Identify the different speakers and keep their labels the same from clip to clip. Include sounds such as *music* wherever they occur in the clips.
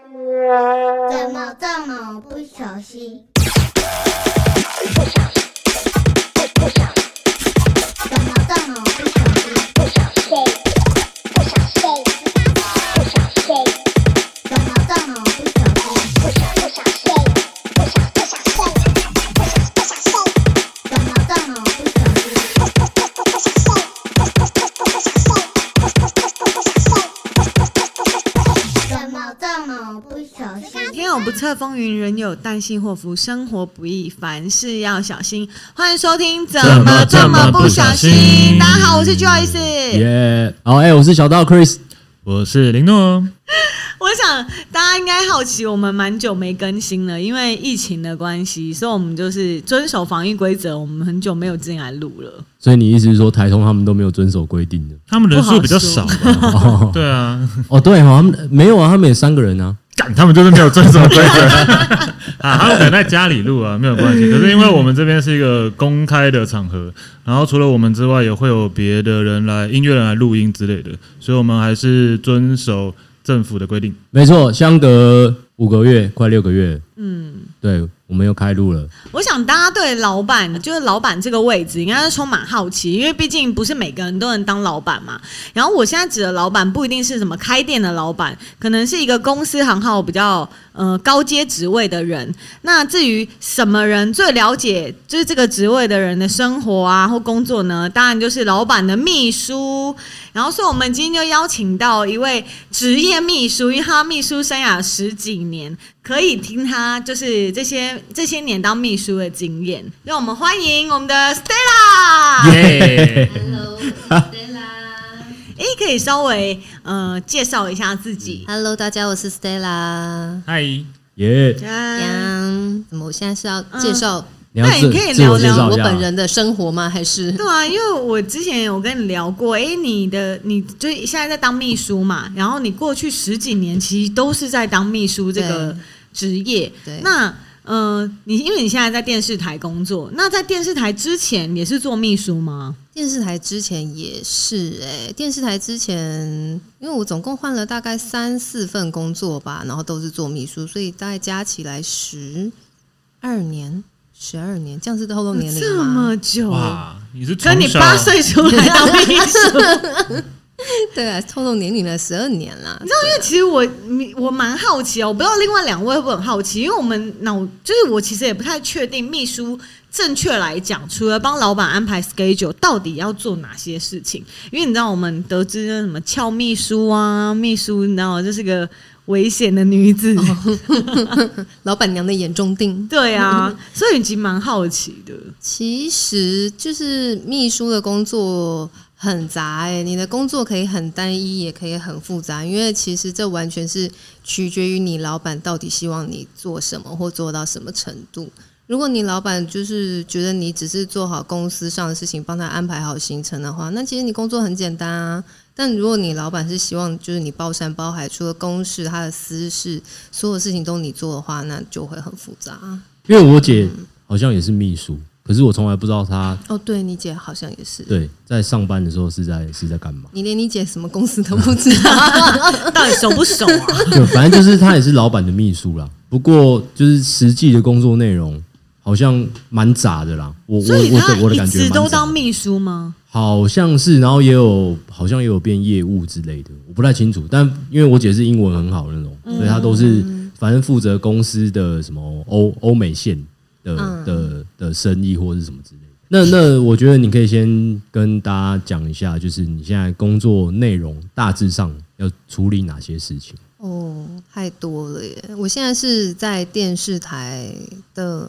Speaker 1: 怎么这么不小心？怎么这么不小心？怎么这么不小心？怎么这么不小心？怎么这么不小心？
Speaker 2: 天有不测风云，人有旦夕祸福，生活不易，凡事要小心。欢迎收听《怎么这么不小心》
Speaker 3: 怎么这么不小心
Speaker 2: 大家好，我是 Joyce。
Speaker 3: 耶！好，哎，我是小道 Chris，
Speaker 4: 我是林诺，
Speaker 2: 我想大家应该好奇，我们蛮久没更新了，因为疫情的关系，所以我们就是遵守防疫规则，我们很久没有进来录了。
Speaker 3: 所以你意思是说台通他们都没有遵守规定
Speaker 2: *laughs*
Speaker 3: 的？
Speaker 4: 他们人数比较少吧？
Speaker 3: 哦，
Speaker 4: *laughs* 对啊，
Speaker 3: 哦，对哈、哦，他们没有啊，他们也三个人啊。
Speaker 4: 干他们就是没有遵守规则 *laughs* 啊，他们可能在家里录啊，没有关系。可是因为我们这边是一个公开的场合，然后除了我们之外，也会有别的人来音乐人来录音之类的，所以我们还是遵守政府的规定。
Speaker 3: 没错，相隔五个月，快六个月，
Speaker 2: 嗯，
Speaker 3: 对我们又开录了。
Speaker 2: 我想大家对老板，就是老板这个位置，应该是充满好奇，因为毕竟不是每个人都能当老板嘛。然后我现在指的老板，不一定是什么开店的老板，可能是一个公司行号比较呃高阶职位的人。那至于什么人最了解，就是这个职位的人的生活啊或工作呢？当然就是老板的秘书。然后，所以我们今天就邀请到一位职业秘书，因为他秘书生涯十几年，可以听他就是这些这些年当秘书的经验。让我们欢迎我们的 Stella。*laughs*
Speaker 3: *laughs* 耶！
Speaker 5: Hello，我是 Stella。
Speaker 2: 诶，可以稍微呃介绍一下自己。
Speaker 5: Hello，大家，我是 Stella。
Speaker 4: 嗨，
Speaker 5: 嗯
Speaker 3: 耶！
Speaker 2: 呀
Speaker 5: 杨，怎么我现在是要介绍
Speaker 3: 你要
Speaker 2: 那你
Speaker 3: 自
Speaker 2: 可以
Speaker 3: 自我介
Speaker 2: 聊
Speaker 3: 绍
Speaker 5: 我
Speaker 3: 一下
Speaker 5: 本。人的生活吗？还是 *laughs*
Speaker 2: 对啊，因为我之前有跟你聊过，诶，你的你就是现在在当秘书嘛，然后你过去十几年其实都是在当秘书这个
Speaker 5: 对
Speaker 2: 职业。
Speaker 5: 对
Speaker 2: 那呃，你因为你现在在电视台工作，那在电视台之前也是做秘书吗？
Speaker 5: 电视台之前也是、欸？哎，电视台之前，因为我总共换了大概三四份工作吧，然后都是做秘书，所以大概加起来十二年，十二年，这样是透露年龄
Speaker 2: 这
Speaker 5: 吗？
Speaker 2: 么久，
Speaker 4: 哇，你是从
Speaker 2: 跟你
Speaker 4: 小
Speaker 2: 八岁出来当秘书，
Speaker 5: 对啊，透露年龄了十二年啦。
Speaker 2: 你知道，因为其实我你我蛮好奇哦，我不知道另外两位会不会很好奇，因为我们脑就是我其实也不太确定秘书正确来讲，除了帮老板安排 schedule，到底要做哪些事情？因为你知道，我们得知那什么俏秘书啊，秘书，你知道，这是个危险的女子，
Speaker 5: 老板娘的眼中钉。
Speaker 2: *laughs* 对啊，所以其实蛮好奇的。
Speaker 5: 其实就是秘书的工作很杂哎、你的工作可以很单一，也可以很复杂，因为其实这完全是取决于你老板到底希望你做什么或做到什么程度。如果你老板就是觉得你只是做好公司上的事情，帮他安排好行程的话，那其实你工作很简单啊。但如果你老板是希望就是你包山包海，除了公事，他的私事，所有事情都你做的话，那就会很复杂。
Speaker 3: 因为我姐
Speaker 2: 嗯
Speaker 3: 好像也是秘书，可是我从来不知道她
Speaker 5: 哦，对哦你姐好像也是。
Speaker 3: 对在上班的时候是在是在干嘛。
Speaker 5: 你连你姐什么公司都不知道，
Speaker 2: 到底熟不熟啊？
Speaker 3: 对，反正 *laughs* 就是他也是老板的秘书啦。不过就是实际的工作内容好像蛮杂的啦。我我
Speaker 2: 所以
Speaker 3: 我
Speaker 2: 他
Speaker 3: 的我
Speaker 2: 啊
Speaker 3: 的
Speaker 2: 一
Speaker 3: 感觉
Speaker 2: 直
Speaker 3: 蛮
Speaker 2: 都
Speaker 3: 杂
Speaker 2: 当秘书吗？
Speaker 3: 好像是，然后也有好像也有变业务之类的，我不太清楚。但因为我姐是英文很好的那种，所以她都是
Speaker 2: 嗯
Speaker 3: 反正负责公司的什么欧欧美线的、
Speaker 2: 嗯
Speaker 3: 的的生意或者是什么之类的。那那我觉得你可以先跟大家讲一下，就是你现在工作内容大致上要处理哪些事情。
Speaker 5: 哦，太多了耶！我现在是在电视台的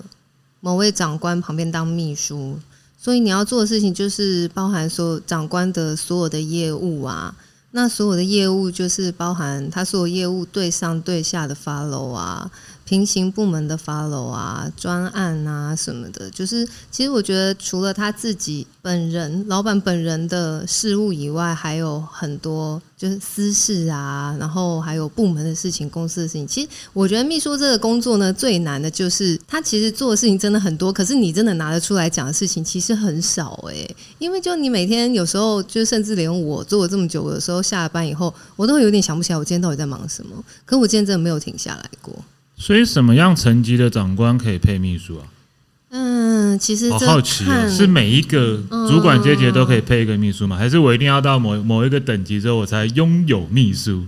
Speaker 5: 某位长官旁边当秘书，所以你要做的事情就是包含所有长官的所有的业务啊。那所有的业务就是包含他所有业务对上对下的 follow 啊，平行部门的 follow 啊、专案啊什么的，就是其实我觉得除了他自己本人、老板本人的事务以外，还有很多就是私事啊，然后还有部门的事情、公司的事情。其实我觉得秘书这个工作呢，最难的就是他其实做的事情真的很多，可是你真的拿得出来讲的事情其实很少诶、因为就你每天有时候就甚至连我做了这么久，我有时候下了班以后，我都会有点想不起来我今天到底在忙什么。可我今天真的没有停下来过。
Speaker 4: 所以什么样层级的长官可以配秘书啊？
Speaker 5: 嗯，其实
Speaker 4: 好
Speaker 5: 这
Speaker 4: 好奇哦，
Speaker 5: 看
Speaker 4: 是每一个主管阶级都可以配一个秘书吗？还是我一定要到某某一个等级之后我才拥有秘书？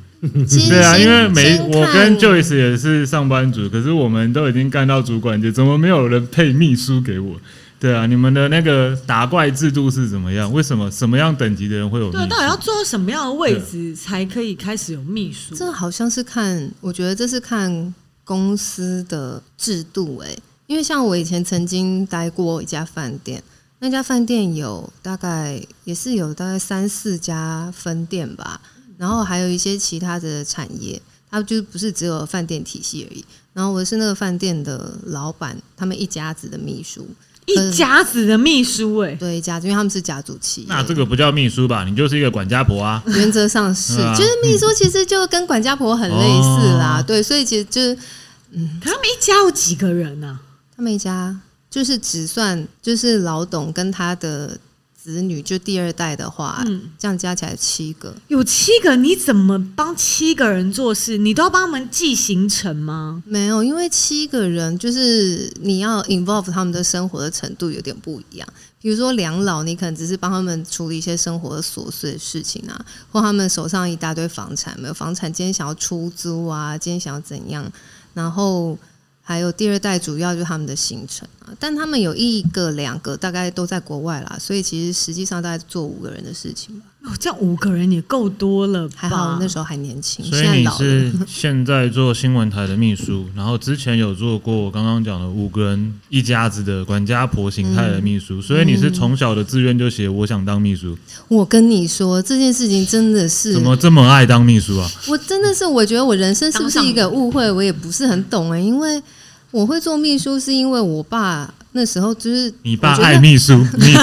Speaker 5: 其实
Speaker 4: 对啊，
Speaker 5: 先
Speaker 4: 因为每
Speaker 5: 先
Speaker 4: 我
Speaker 5: 看
Speaker 4: 跟 Joyce 也是上班族，可是我们都已经干到主管阶，怎么没有人配秘书给我？对啊，你们的那个打怪制度是怎么样？为什么什么样等级的人会有秘
Speaker 2: 对，啊
Speaker 4: 书？
Speaker 2: 到底要做到什么样的位置才可以开始有秘书？
Speaker 5: 这好像是看，我觉得这是看公司的制度诶、因为像我以前曾经待过一家饭店，那家饭店有大概也是有大概三四家分店吧，然后还有一些其他的产业，它就不是只有饭店体系而已。然后我是那个饭店的老板，他们一家子的秘书，
Speaker 2: 一家子的秘书、哎，
Speaker 5: 对一家子，因为他们是家族企业。
Speaker 4: 那这个不叫秘书吧？你就是一个管家婆啊！
Speaker 5: 原则上是，
Speaker 4: 对啊
Speaker 5: 就是秘书其实就跟管家婆很类似
Speaker 4: 哦
Speaker 5: 啦，对，所以其实就是
Speaker 2: 可他们一家有几个人啊呢、
Speaker 5: 他们一家就是只算就是老董跟他的子女，就第二代的话，
Speaker 2: 嗯
Speaker 5: 这样加起来七个。
Speaker 2: 有七个，你怎么帮七个人做事？你都要帮他们记行程吗？
Speaker 5: 没有，因为七个人就是你要 involve 他们的生活的程度有点不一样。比如说两老，你可能只是帮他们处理一些生活的琐碎的事情啊，或他们手上一大堆房产，没有房啊产，今天想要出租啊，今天想要怎样，然后。还有第二代主要就是他们的行程啊，但他们有一个两个大概都在国外啦，所以其实实际上大概做五个人的事情吧。
Speaker 2: 哦，这样五个人也够多了吧？
Speaker 5: 还好我那时候还年轻，
Speaker 4: 所
Speaker 5: 现
Speaker 4: 以
Speaker 5: 在
Speaker 4: 你
Speaker 5: 老了
Speaker 4: 是
Speaker 5: *laughs*
Speaker 4: 现在做新闻台的秘书，然后之前有做过我刚刚讲的五个人一家子的管家婆形态的秘
Speaker 5: 嗯
Speaker 4: 书，所以你是从小的志愿就写我想当秘书，
Speaker 5: 我跟你说这件事情真的是
Speaker 4: 怎么这么爱当秘书啊？
Speaker 5: 我真的是，我觉得我人生是不是一个误会，我也不是很懂哎、因为我会做秘书是因为我爸那时候就是
Speaker 4: 你爸
Speaker 5: 我觉得
Speaker 4: 爱秘
Speaker 5: *laughs*
Speaker 4: 书，你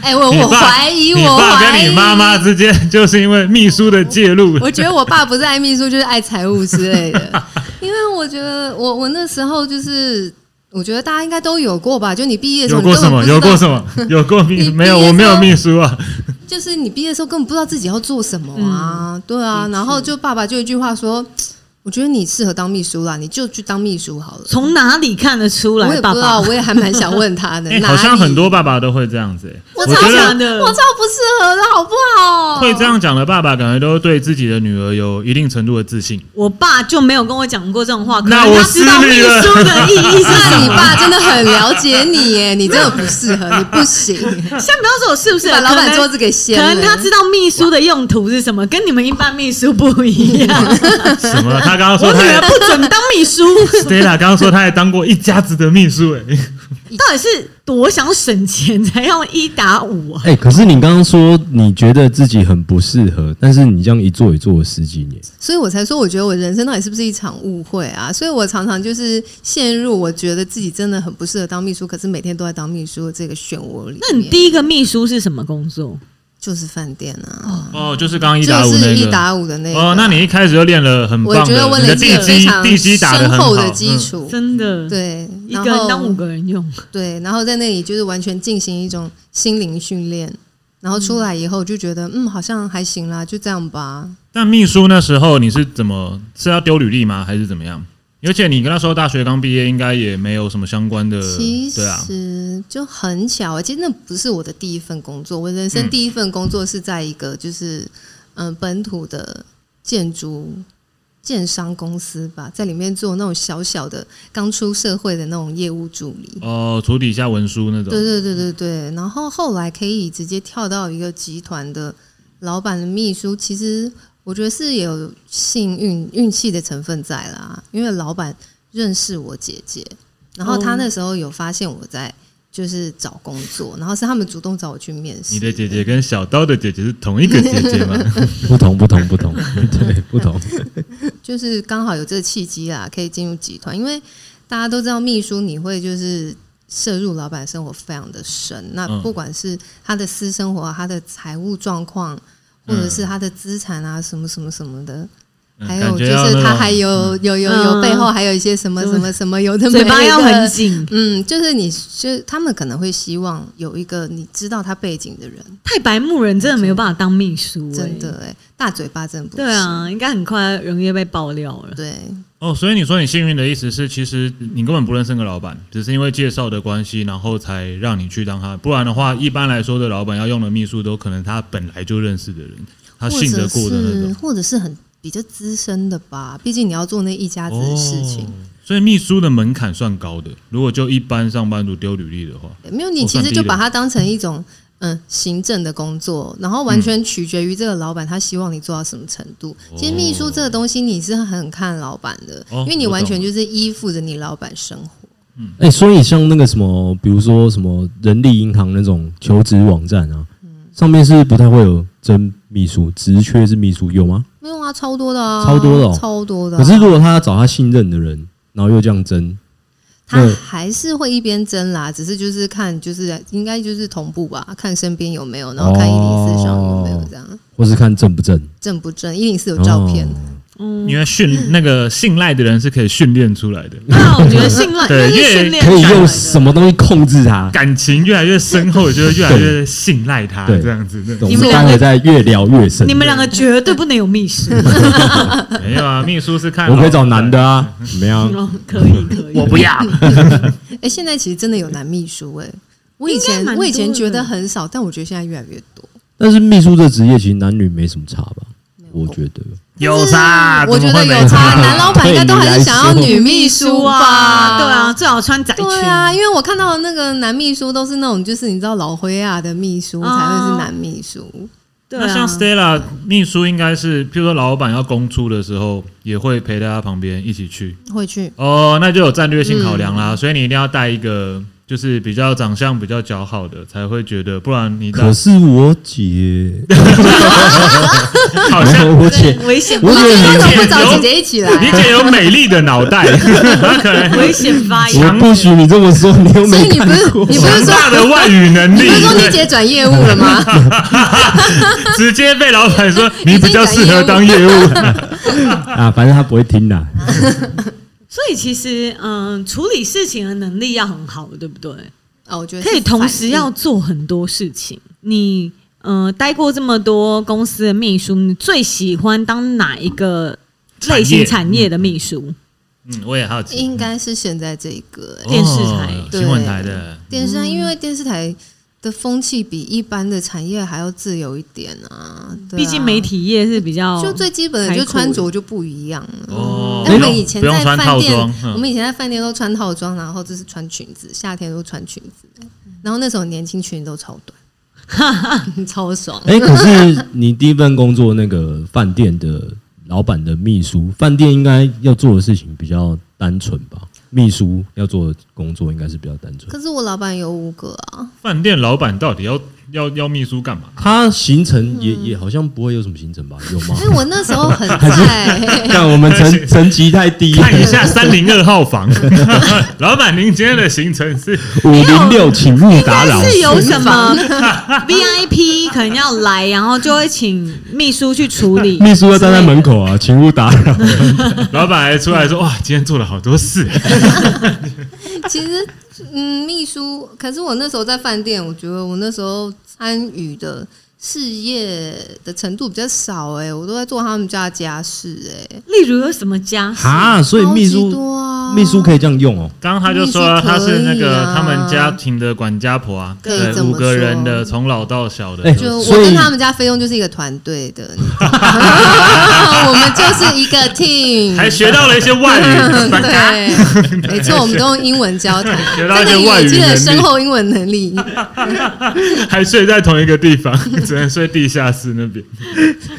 Speaker 5: 哎、我
Speaker 4: 你
Speaker 5: 我
Speaker 4: 爸
Speaker 5: 怀疑
Speaker 4: 你
Speaker 5: 我
Speaker 4: 爸
Speaker 5: 怀疑
Speaker 4: 跟你妈妈之间就是因为秘书的介入，
Speaker 5: 我觉得我爸不是爱秘书，就是爱财务之类的。因为我觉得我我那时候就是，我觉得大家应该都有过吧，就你毕业的时
Speaker 4: 有
Speaker 5: 候
Speaker 4: 过什么？有过
Speaker 5: 么，
Speaker 4: 什么？有过秘
Speaker 5: 你
Speaker 4: 没有？
Speaker 5: 毕业
Speaker 4: 我没有
Speaker 5: 之后
Speaker 4: 秘书啊，
Speaker 5: 就是你毕业的时候根本不知道自己要做什么
Speaker 4: 嗯
Speaker 5: 啊，对啊
Speaker 2: 的。确
Speaker 5: 然后就爸爸就一句话说：“我觉得你适合当秘书啦，你就去当秘书好了。”
Speaker 2: 从哪里看得出
Speaker 5: 我
Speaker 2: 来？
Speaker 5: 也不
Speaker 2: 爸
Speaker 5: 知道，
Speaker 2: 爸，
Speaker 5: 我也还蛮想问他
Speaker 4: *laughs*
Speaker 5: 的
Speaker 4: 哎，。
Speaker 5: 哪
Speaker 4: 好像
Speaker 5: 里
Speaker 4: 很多爸爸都会这样子、哎
Speaker 5: 我
Speaker 4: 我
Speaker 5: 超
Speaker 4: 觉得
Speaker 2: 假的
Speaker 5: 我超不适合的好不好？
Speaker 4: 会这样讲的爸爸，感觉都对自己的女儿有一定程度的自信。
Speaker 2: 我爸就没有跟我讲过这种话。可能
Speaker 4: 那我
Speaker 2: 他知道
Speaker 4: 失
Speaker 2: 秘
Speaker 4: 礼了
Speaker 2: 书的意义是
Speaker 5: 那
Speaker 2: 什
Speaker 5: 你
Speaker 2: 么？*laughs*
Speaker 5: 爸真的很了解你耶，你真的不适合，你不行， *laughs*
Speaker 2: 先不要说我是不是
Speaker 5: 把老板桌
Speaker 2: 说
Speaker 5: 子给掀
Speaker 2: 可
Speaker 5: 了。
Speaker 2: 能他知道秘书的用途是什么，跟你们一般秘书不一 *laughs* 样。
Speaker 4: 什么？他刚刚
Speaker 2: 我
Speaker 4: 说他
Speaker 2: 女
Speaker 4: 也
Speaker 2: 儿不准当秘书，
Speaker 4: Stella 刚刚说她也当过一家子的秘书、哎，
Speaker 2: 到底是多想省钱才要一打五啊？
Speaker 3: 哎、可是你刚刚说你觉得自己很不适合，但是你这样一做也做了十几年，
Speaker 5: 所以我才说，我觉得我人生到底是不是一场误会啊？所以我常常就是陷入我觉得自己真的很不适合当秘书，可是每天都在当秘书的这个漩涡里面。
Speaker 2: 那你第一个秘书是什么工作？
Speaker 5: 就是饭店啊，
Speaker 4: 哦，就是刚刚一打
Speaker 5: 就
Speaker 4: 五那
Speaker 5: 是
Speaker 4: 个。
Speaker 5: 一打五的那个。
Speaker 4: 哦，那你一开始就练了很棒
Speaker 5: 我
Speaker 4: 的，
Speaker 5: 觉得我
Speaker 4: 你
Speaker 5: 累
Speaker 4: 的
Speaker 5: 积
Speaker 4: 地
Speaker 5: 了非
Speaker 4: 基
Speaker 5: 常
Speaker 4: 地基打得
Speaker 5: 深
Speaker 4: 很
Speaker 5: 厚
Speaker 4: 好
Speaker 5: 的基
Speaker 4: 嗯
Speaker 5: 础。
Speaker 2: 真的，，
Speaker 5: 对，
Speaker 2: 一
Speaker 5: 然
Speaker 2: 个人
Speaker 5: 后
Speaker 2: 当五个人
Speaker 5: *laughs*
Speaker 2: 用，
Speaker 5: 对，然后在那里就是完全进行一种心灵训练，然后出来以后就觉得嗯，好像还行啦，就这样吧。
Speaker 4: 但秘书那时候你是怎么是要丢履历吗，还是怎么样？而且你那时候大学刚毕业，应该也没有什么相关的
Speaker 5: 其，
Speaker 4: 对啊，
Speaker 5: 实就很巧，其实那不是我的第一份工作，我人生
Speaker 4: 嗯
Speaker 5: 第一份工作是在一个就是嗯、呃本土的建筑。建商公司吧，在里面做那种小小的刚出社会的那种业务助理，
Speaker 4: 哦，处理一下文书那种
Speaker 5: 对。对对对对，然后后来可以直接跳到一个集团的老板的秘书，其实我觉得是有幸运运气的成分在啦，因为老板认识我姐姐，然后他
Speaker 2: 哦
Speaker 5: 那时候有发现我在就是找工作，然后是他们主动找我去面试。
Speaker 4: 你的姐姐跟小刀的姐姐是同一个姐姐吗？
Speaker 3: *laughs* 不同不同不同，对，不同。
Speaker 5: 就是刚好有这个契机啦，可以进入集团，因为大家都知道秘书你会就是。涉入老板生活非常的深，那
Speaker 4: 嗯
Speaker 5: 不管是他的私生活、啊、他的财务状况，或者是他的资产啊，什么什么什么的，
Speaker 4: 嗯
Speaker 5: 还
Speaker 4: 感
Speaker 5: 有就
Speaker 4: 觉要那
Speaker 5: 是他
Speaker 4: 种
Speaker 5: 还有有有有
Speaker 2: 嗯
Speaker 5: 背后还有一些什么
Speaker 2: *laughs*
Speaker 5: 什么什么有的没
Speaker 2: 嘴巴要很
Speaker 5: 的，
Speaker 2: 紧，
Speaker 5: 嗯，就是你就是他们可能会希望有一个你知道他背景的人，
Speaker 2: 太白目人真的没有办法当秘书、欸，
Speaker 5: 真的哎、大嘴巴真的不行
Speaker 2: 对，啊，应该很快容易被爆料了。
Speaker 5: 对，
Speaker 4: 哦，所以你说你幸运的意思是，其实你根本不认识那个老板，只是因为介绍的关系，然后才让你去当他。不然的话，一般来说的老板要用的秘书都可能他本来就认识的人，他
Speaker 5: 或
Speaker 4: 啊信得
Speaker 5: 者
Speaker 4: 过的那
Speaker 5: 是
Speaker 4: 种。
Speaker 5: 或者是很比较资深的吧，毕竟你要做那一家子的事情
Speaker 4: 哦，所以秘书的门槛算高的。如果就一般上班族丢履历的话，
Speaker 5: 没有你
Speaker 4: 哦
Speaker 5: 其
Speaker 4: 算
Speaker 5: 实
Speaker 4: 低
Speaker 5: 就
Speaker 4: 的
Speaker 5: 把它当成一种。嗯，行政的工作，然后完全取决于这个老板他希望你做到什么程度。其实秘书这个东西你是很看老板的，
Speaker 4: 嗯哦
Speaker 5: 因为你
Speaker 4: 我
Speaker 5: 完全
Speaker 4: 懂了
Speaker 5: 就是依附着你老板生活。
Speaker 3: 哎、所以像那个什么，比如说什么人力银行那种求职网站啊，上面是不太会有真秘书，职缺是秘书有吗？
Speaker 5: 没有啊，超多的啊，
Speaker 3: 超多的哦
Speaker 5: 超多的啊、
Speaker 3: 可是如果他要找他信任的人，然后又这样争，
Speaker 5: 他
Speaker 3: 嗯
Speaker 5: 还是会一边争啦，
Speaker 4: 嗯
Speaker 5: 只是就是看，就是应该就是同步吧，看身边有没有，然后
Speaker 4: 哦
Speaker 5: 看一零四上有没有这样
Speaker 3: 或是看正不哦正，
Speaker 5: 正不正，一零四有照片，
Speaker 2: 嗯，
Speaker 4: 因为训那个信赖的人是可以训练出来的，
Speaker 2: 那我觉得信赖，
Speaker 4: *laughs* 对
Speaker 2: 那是
Speaker 4: 越
Speaker 2: 训练
Speaker 3: 可以
Speaker 2: 出来
Speaker 3: 用
Speaker 2: 的
Speaker 3: 什么东西控制他？
Speaker 4: 感情越来越深厚，就会越来越信赖他
Speaker 3: 对
Speaker 4: 这样子。对
Speaker 3: 我
Speaker 2: 你们
Speaker 3: 们
Speaker 2: 两
Speaker 3: 待
Speaker 2: 个
Speaker 3: 会再越聊越深。
Speaker 2: 你们两个绝对不能有秘书，
Speaker 4: 没有啊，秘书是看
Speaker 3: 我可以找
Speaker 4: 老板
Speaker 3: 男的啊，怎
Speaker 2: *laughs*
Speaker 3: 么样？
Speaker 2: *laughs* 哦可以可以。
Speaker 4: 不要。
Speaker 5: 哎、现在其实真的有男秘书哎、我以
Speaker 2: 应该蛮
Speaker 5: 前
Speaker 2: 多的
Speaker 5: 我以前觉得很少，但我觉得现在越来越多。
Speaker 3: 但是秘书这职业其实男女没什么差吧？我觉得
Speaker 4: 有差，
Speaker 5: 嗯我觉得
Speaker 4: 啊怎么会没
Speaker 5: 有差，男老板应该都还是想要
Speaker 2: *laughs*
Speaker 5: 女秘书吧？
Speaker 2: 对啊，，最好穿窄裙。
Speaker 5: 对啊，因为我看到的那个男秘书都是那种就是你知道老灰啊的秘书
Speaker 2: 哦
Speaker 5: 才会是男秘书，
Speaker 2: 对
Speaker 4: 那
Speaker 2: 啊
Speaker 4: 像 Stella 秘书应该是，譬如说老板要公出的时候，也会陪在他旁边一起去。
Speaker 5: 会去
Speaker 4: 哦，那就有战略性考量
Speaker 5: 嗯
Speaker 4: 啦，所以你一定要带一个就是比较长相比较姣好的，才会觉得，不然你
Speaker 3: 可
Speaker 4: 带
Speaker 3: 是我姐， *laughs*
Speaker 4: 好
Speaker 3: 然
Speaker 4: 像
Speaker 3: 后我姐，
Speaker 2: 危险
Speaker 3: 我觉
Speaker 5: 为
Speaker 3: 得
Speaker 5: 什么不找姐姐一起
Speaker 4: 你
Speaker 5: 来？
Speaker 4: 姐有美丽的脑
Speaker 5: *laughs*
Speaker 4: 袋，她可能
Speaker 2: 危险发
Speaker 3: 你，我
Speaker 2: 言，
Speaker 3: 不许你这么说，你又
Speaker 5: 所以
Speaker 3: 没
Speaker 5: 你不
Speaker 3: 看
Speaker 5: 是
Speaker 3: 过。
Speaker 5: 你不是
Speaker 4: 强
Speaker 5: 说
Speaker 4: 大的外语能
Speaker 5: 你
Speaker 4: 力
Speaker 5: 不，是说你姐转业务了吗？
Speaker 4: *laughs* 对直接被老板说你比较适合当业务。
Speaker 3: *laughs* 啊，反正他不会听的。
Speaker 2: 所以其实嗯、处理事情的能力要很好，对不对？
Speaker 5: 哦，我觉得是
Speaker 2: 可以同
Speaker 5: 反
Speaker 2: 时
Speaker 5: 应
Speaker 2: 要做很多事情。你嗯、呃待过这么多公司的秘书，你最喜欢当哪一个类型产业的秘书？
Speaker 4: 嗯，我也好奇，
Speaker 5: 应该是现在这一个、欸
Speaker 2: 电视台
Speaker 4: 哦
Speaker 5: 对
Speaker 4: 新闻台的，嗯
Speaker 5: 电视台，因为电视台的风气比一般的产业还要自由一点啊，对啊
Speaker 2: 毕竟媒。体业是比较
Speaker 5: 就最基本的，
Speaker 2: 开
Speaker 5: 就
Speaker 2: 阔
Speaker 5: 穿着就不一样了。
Speaker 4: 哦
Speaker 5: 哎
Speaker 4: 不
Speaker 5: 我们
Speaker 4: 用
Speaker 5: 以前
Speaker 4: 不用
Speaker 5: 在
Speaker 4: 穿
Speaker 5: 饭
Speaker 4: 套
Speaker 5: 店
Speaker 4: 装，嗯
Speaker 5: 我们以前在饭店都穿套装，然后就是穿裙子，夏天都穿裙子。
Speaker 2: 嗯
Speaker 5: 然后那时候年轻裙都超
Speaker 2: *laughs*
Speaker 5: 短，超爽。
Speaker 3: 哎，可是你第一份工作那个饭店的老板的秘书，饭店应该要做的事情比较单纯吧？秘书要做的工作应该是比较单纯。
Speaker 5: 可是我老板有五个啊，
Speaker 4: 饭店老板到底要要要秘书干嘛？
Speaker 3: 他行程也也好像不会有什么行程吧？有
Speaker 5: *laughs*
Speaker 3: 吗？
Speaker 5: 哎，我那时候
Speaker 4: *laughs*
Speaker 5: 很菜，
Speaker 3: 看我们层层级太低，
Speaker 4: 看一下三零二号房， *laughs* 老板，您今天的行程是 *laughs*
Speaker 3: 五零六，请勿打扰
Speaker 2: 但。是有什么 *laughs*
Speaker 3: *laughs*
Speaker 2: VIP 可能要来，然后就会请秘书去处理。
Speaker 3: *laughs* 秘书要站在门口啊，请勿打扰。
Speaker 4: 老板还出来说哇，今天做了好多事，
Speaker 5: 其实，嗯，秘书，可是我那时候在饭店，我觉得我那时候参与的事业的程度比较少、哎，我都在做他们家的家事、哎，
Speaker 2: 例如有什么家
Speaker 5: 啊
Speaker 2: 事？
Speaker 3: *laughs* 哈，所以秘
Speaker 5: 超级
Speaker 3: 书
Speaker 5: 多啊，
Speaker 3: 秘书可以这样用哦。
Speaker 4: 刚刚他就说啊
Speaker 5: 秘书可以
Speaker 4: 他
Speaker 5: 啊
Speaker 4: 是那个他们家庭的管家婆啊，
Speaker 5: 可以
Speaker 4: 对，
Speaker 5: 这么
Speaker 4: 五个人的，
Speaker 5: 说
Speaker 4: 从老到小的
Speaker 3: 哎，
Speaker 5: 就我
Speaker 3: 所以
Speaker 5: 跟他们家菲佣就是一个团队的， *laughs* 你知道吗我们就是一个 team， *laughs*
Speaker 4: 还学到了一些外语，反正
Speaker 5: 对，没错，我们都用英文
Speaker 4: *laughs*
Speaker 5: 交谈，
Speaker 4: 学到一
Speaker 5: 真
Speaker 4: 些
Speaker 5: 的
Speaker 4: 外
Speaker 5: 累
Speaker 4: 语
Speaker 5: 积了深
Speaker 4: 能力，
Speaker 5: 厚英文能力。
Speaker 4: 还睡在同一个地方， *laughs* 只能睡地下室那边。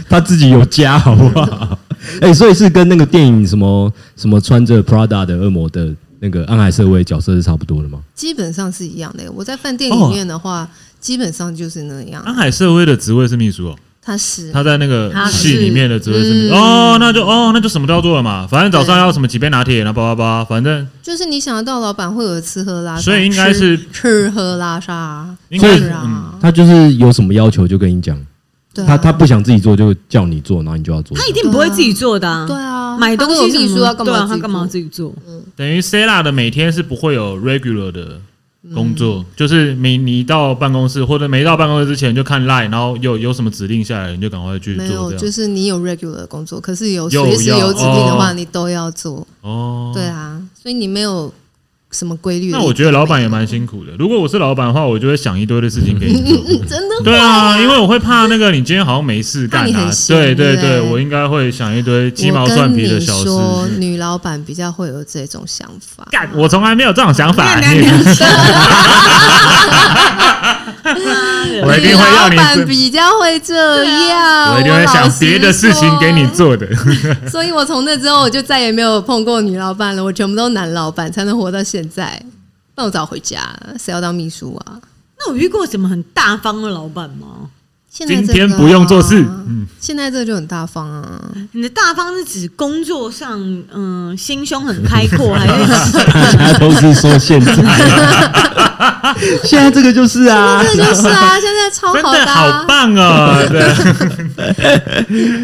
Speaker 3: 他自己有家，好不好？ *laughs* 哎、所以是跟那个电影什么什么穿着 Prada 的恶魔的那个暗海社会角色是差不多的吗？
Speaker 5: 基本上是一样的、哎我在饭店里面的话，基本上就是那样。
Speaker 4: 啊安海社会的职位是秘书哦，
Speaker 5: 他是
Speaker 4: 他在那个
Speaker 2: 他是
Speaker 4: 戏里面的职位是秘书
Speaker 5: 嗯
Speaker 4: 哦，那就哦，那就什么都要做了嘛。反正早上要什么几杯拿铁，然后叭叭叭，反正
Speaker 5: 就是你想得到老板会有吃喝拉撒，
Speaker 4: 所以应该是
Speaker 5: 吃吃喝拉撒，
Speaker 4: 应该
Speaker 5: 是
Speaker 4: 是嗯，
Speaker 5: 啊，
Speaker 3: 他就是有什么要求就跟你讲，
Speaker 5: 对啊
Speaker 3: 他他不想自己做就叫你做，然后你就要做。
Speaker 2: 他一定不会自己做的、啊
Speaker 5: 对啊，
Speaker 2: 买东西
Speaker 5: 他会有秘
Speaker 2: 什
Speaker 5: 书
Speaker 2: 么
Speaker 5: 要干嘛
Speaker 2: 对啊
Speaker 5: 自己
Speaker 2: 他干嘛
Speaker 5: 做
Speaker 2: 自己做？
Speaker 4: 等于 Sela 的每天是不会有 regular 的工作，就是你你到办公室或者没到办公室之前就看 line，然后有有什么指令下来你就赶快去
Speaker 5: 没有
Speaker 4: 做，这
Speaker 5: 就
Speaker 4: 样。
Speaker 5: 是你有 regular 的工作，可是有
Speaker 4: 又
Speaker 5: 随时
Speaker 4: 要
Speaker 5: 有指令的话，
Speaker 4: 哦
Speaker 5: 你都要做。
Speaker 4: 哦，
Speaker 5: 对啊，所以你没有什么规律的一天。
Speaker 4: 那我觉得老板也蛮辛苦的。如果我是老板的话，我就会想一堆的事情给你做。
Speaker 5: 真的
Speaker 4: 对啊，因为我会怕那个你今天好像没事干
Speaker 5: 怕你
Speaker 4: 啊
Speaker 5: 很。闲
Speaker 4: 对
Speaker 5: 对不
Speaker 4: 对，
Speaker 5: 对
Speaker 4: 我应该会想一堆鸡毛
Speaker 5: 我
Speaker 4: 蒜
Speaker 5: 跟
Speaker 4: 皮的
Speaker 5: 你
Speaker 4: 小
Speaker 5: 说，
Speaker 4: 事。
Speaker 5: 女老板比较会有这种想法。
Speaker 4: 干，我从来没有这种想法。
Speaker 2: 你
Speaker 4: 你
Speaker 2: 看你
Speaker 4: 我一
Speaker 5: 女
Speaker 4: 定会
Speaker 5: 老
Speaker 4: 要你
Speaker 5: 板
Speaker 4: 做，
Speaker 5: 比较会这样，
Speaker 4: 我一定会
Speaker 5: 老
Speaker 4: 想
Speaker 5: 实
Speaker 4: 别的事情给你
Speaker 5: 说。
Speaker 4: 做的。
Speaker 5: 所以我从那之后，我就再也没有碰过女老板了，我全部都男老板才能活到现在。那我早回家，谁要当秘书啊？
Speaker 2: 那我遇过什么很大方的老板吗？
Speaker 5: 现在
Speaker 4: 今
Speaker 5: 这个啊
Speaker 4: 天不用做事，嗯，
Speaker 5: 现在这个就很大方啊。
Speaker 4: *laughs*
Speaker 2: 你的大方是指工作上，嗯、心胸很开阔，还是
Speaker 3: *laughs*
Speaker 2: 指
Speaker 3: 他都是说现在，
Speaker 5: *laughs*
Speaker 3: 现在这个就是啊，
Speaker 5: 这就是啊，现在超
Speaker 4: 真
Speaker 5: 好
Speaker 4: 的
Speaker 5: 啊
Speaker 4: 好棒
Speaker 5: *laughs*
Speaker 4: 哦！对，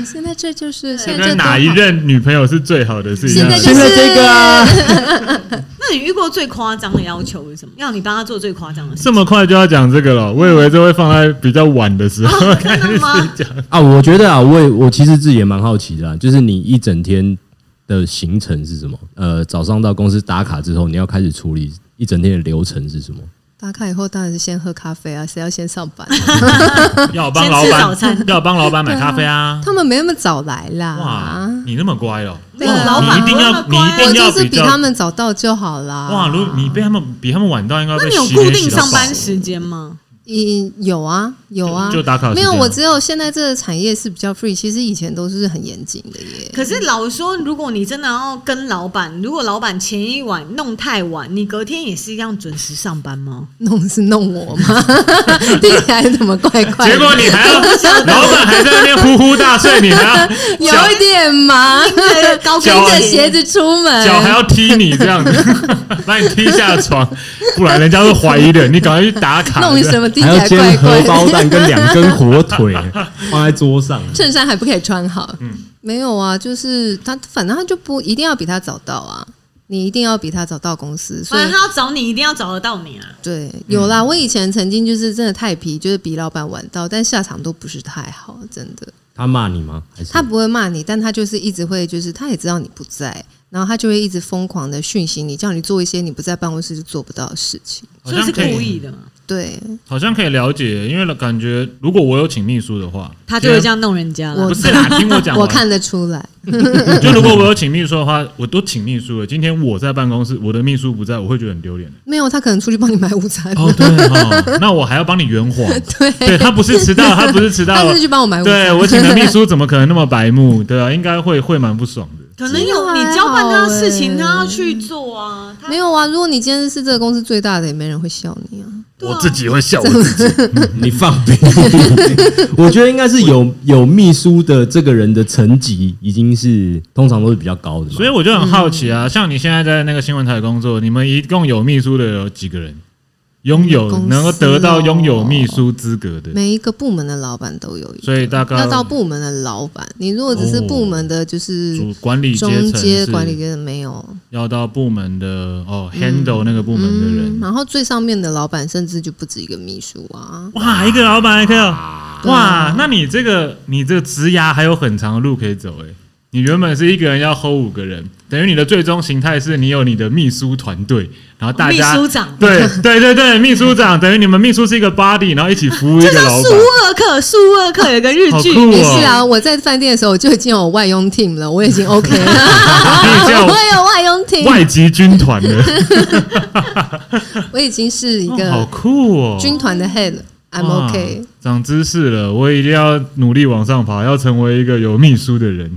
Speaker 5: 现在这就是现在这
Speaker 4: 跟
Speaker 5: 多好
Speaker 4: 哪一任女朋友是最好的事情
Speaker 5: 现在
Speaker 4: 啊？
Speaker 5: 就
Speaker 3: 现在这个啊，
Speaker 2: 那你遇过最夸张的要求是什么？要你帮他做最夸张的
Speaker 4: *laughs*
Speaker 2: 事？
Speaker 4: 这么快就要讲这个了，我以为这会放在比较晚的时候
Speaker 2: 哦真
Speaker 4: 开
Speaker 2: 的
Speaker 4: 始
Speaker 2: 吗
Speaker 4: 讲。
Speaker 3: 啊，我觉得啊，我也我其实自己也蛮好奇的啊，就是你一整天的行程是什么？呃，早上到公司打卡之后，你要开始处理一整天的流程是什么？
Speaker 5: 打卡以后当然是先喝咖啡啊，谁要先上班？
Speaker 4: *laughs* 要帮
Speaker 2: 先
Speaker 4: 老
Speaker 2: 吃早
Speaker 4: 板
Speaker 2: 餐，
Speaker 4: 要帮老板买咖啡啊！
Speaker 5: 他们没那么早来啦
Speaker 4: 哇。，你那么乖哦，
Speaker 5: 对啊
Speaker 2: 老
Speaker 4: 你
Speaker 2: 板
Speaker 4: 一定
Speaker 2: 那
Speaker 4: 要，
Speaker 2: 么
Speaker 4: 你
Speaker 2: 乖
Speaker 4: 一
Speaker 5: 我
Speaker 4: 定
Speaker 5: 就
Speaker 4: 要
Speaker 5: 是比
Speaker 4: 较
Speaker 5: 他们早到就好啊啦。
Speaker 4: 哇！如你被他们比他们晚到，应该
Speaker 2: 那
Speaker 4: 被
Speaker 2: 你有
Speaker 4: 洗
Speaker 2: 固
Speaker 4: 脸
Speaker 2: 定
Speaker 4: 洗到
Speaker 2: 上班
Speaker 4: 爆
Speaker 2: 时间吗？
Speaker 5: 嗯，有啊，有啊，
Speaker 4: 就就打卡时
Speaker 5: 没
Speaker 4: 间
Speaker 5: 有，我只有现在这个产业是比较 free，其实以前都是很严谨的耶。
Speaker 2: 可是老实说，如果你真的要跟老板，如果老板前一晚弄太晚，你隔天也是一样准时上班吗？
Speaker 5: 弄是弄我吗？ *laughs* 听起来怎么怪怪的？
Speaker 4: 结果你还
Speaker 5: *laughs*
Speaker 4: 要老板还在那边呼呼大睡，你还要脚
Speaker 5: 有一点忙，
Speaker 2: 高跟
Speaker 5: 拎着
Speaker 2: 鞋
Speaker 5: 鞋子出门，
Speaker 4: 脚还要踢你这样子， *laughs* 把你踢下床，不然人家会怀疑的。你赶快去打卡，
Speaker 5: 弄什么？听起
Speaker 3: 还要煎
Speaker 5: 来怪
Speaker 3: 荷
Speaker 5: 怪
Speaker 3: 包
Speaker 5: 的。
Speaker 3: 蛋跟两根火腿放在桌上，
Speaker 5: 衬衫还不可以穿好。
Speaker 4: 嗯
Speaker 5: 没有啊，就是他，反正他就不一定要比他早到啊，你一定要比他早到公司。所
Speaker 2: *laughs* 反
Speaker 5: 以
Speaker 2: 正他要找你，一定要找得到你啊！
Speaker 5: 对，
Speaker 4: 嗯
Speaker 5: 有啦，我以前曾经就是真的太皮，就是比老板晚到，但下场都不是太好，真的。
Speaker 3: 他骂你吗？还是
Speaker 5: 他不会骂你，但他就是一直会，就是他也知道你不在。然后他就会一直疯狂的讯息你，叫你做一些你不在办公室就做不到的事情。
Speaker 4: 好
Speaker 2: 所以
Speaker 4: 像
Speaker 2: 是
Speaker 4: 可
Speaker 2: 故
Speaker 4: 以，
Speaker 2: 意的嘛，
Speaker 5: 对
Speaker 4: 好像可以了解，因为感觉如果我有请秘书的话，啊
Speaker 2: 他就会这。样弄人家了。
Speaker 5: 我
Speaker 4: 不是啦，听我讲完。
Speaker 5: *laughs* 我看得出来，
Speaker 4: 就如果我有请秘书的话，我都请秘书了。今天我在办公室，我的秘书不在，我会觉得很丢脸。
Speaker 5: 没有他可能出去帮你买午餐，
Speaker 4: 哦，对哦， *laughs* 那我还要帮你圆谎。
Speaker 5: *laughs* 对
Speaker 4: 对他不是迟到，他不是迟到
Speaker 5: *laughs* 他，是去帮我买午餐。
Speaker 4: 对我请的秘书怎么可能那么白目？对啊，应该会会蛮不爽的。
Speaker 2: 可能
Speaker 5: 真的
Speaker 2: 有
Speaker 5: 还
Speaker 2: 你交办他的事情，
Speaker 5: 好欸
Speaker 2: 他要去做啊。他
Speaker 5: 没有啊，如果你今天是这个公司最大的，也没人会笑你啊。
Speaker 2: 对啊
Speaker 4: 我自己会笑我自己。
Speaker 3: 你放屁！我觉得应该是有有秘书的这个人的层级已经是通常都是比较高的嘛，
Speaker 4: 所以我就很好奇
Speaker 5: 嗯
Speaker 4: 啊，像你现在在那个新闻台工作，你们一共有秘书的有几个人？拥有
Speaker 5: 公司哦
Speaker 4: 能够得到拥有秘书资格的，
Speaker 5: 每一个部门的老板都有一个，
Speaker 4: 所以大概
Speaker 5: 要到部门的老板。你如果只是部门的，就是
Speaker 4: 哦主管理阶
Speaker 5: 中
Speaker 4: 层
Speaker 5: 阶
Speaker 4: 是
Speaker 5: 管理阶的没有。
Speaker 4: 要到部门的哦，handle 那个部门的
Speaker 5: 嗯，
Speaker 4: 人。
Speaker 5: 然后最上面的老板甚至就不止一个秘书啊。
Speaker 4: 哇，一个老板还可以哦，
Speaker 5: 对
Speaker 4: 哇
Speaker 5: 啊，
Speaker 4: 那你这个你这个职涯还有很长的路可以走诶。你原本是一个人要 hold 五个人，等于你的最终形态是你有你的秘书团队，然后大
Speaker 2: 秘
Speaker 4: 家
Speaker 2: 书长
Speaker 4: 对对对对，秘书
Speaker 5: *laughs*
Speaker 4: 长等于你们秘书是一个 body，然后一起服务一
Speaker 2: 就
Speaker 4: 个
Speaker 2: 像
Speaker 4: 老
Speaker 2: 苏
Speaker 4: 板，
Speaker 2: 沃克，苏沃克有一个日
Speaker 4: 好
Speaker 2: 剧，
Speaker 4: 酷
Speaker 5: 没
Speaker 4: 哦！
Speaker 5: 事啊，我在饭店的时候我就已经有外佣 team 了，我
Speaker 4: *laughs*
Speaker 5: 已经 OK 了，
Speaker 4: 你已经有
Speaker 5: *laughs* 我有外佣 team，
Speaker 4: 外籍军团的，
Speaker 5: 我已经 *laughs* 是一
Speaker 4: 哦好
Speaker 5: 个
Speaker 4: 酷哦！
Speaker 5: 军团的 head，I'm
Speaker 4: 哇
Speaker 5: OK。
Speaker 4: 长知识了，我一定要努力往上爬，要成为一个有秘书的
Speaker 5: *laughs*
Speaker 4: 人。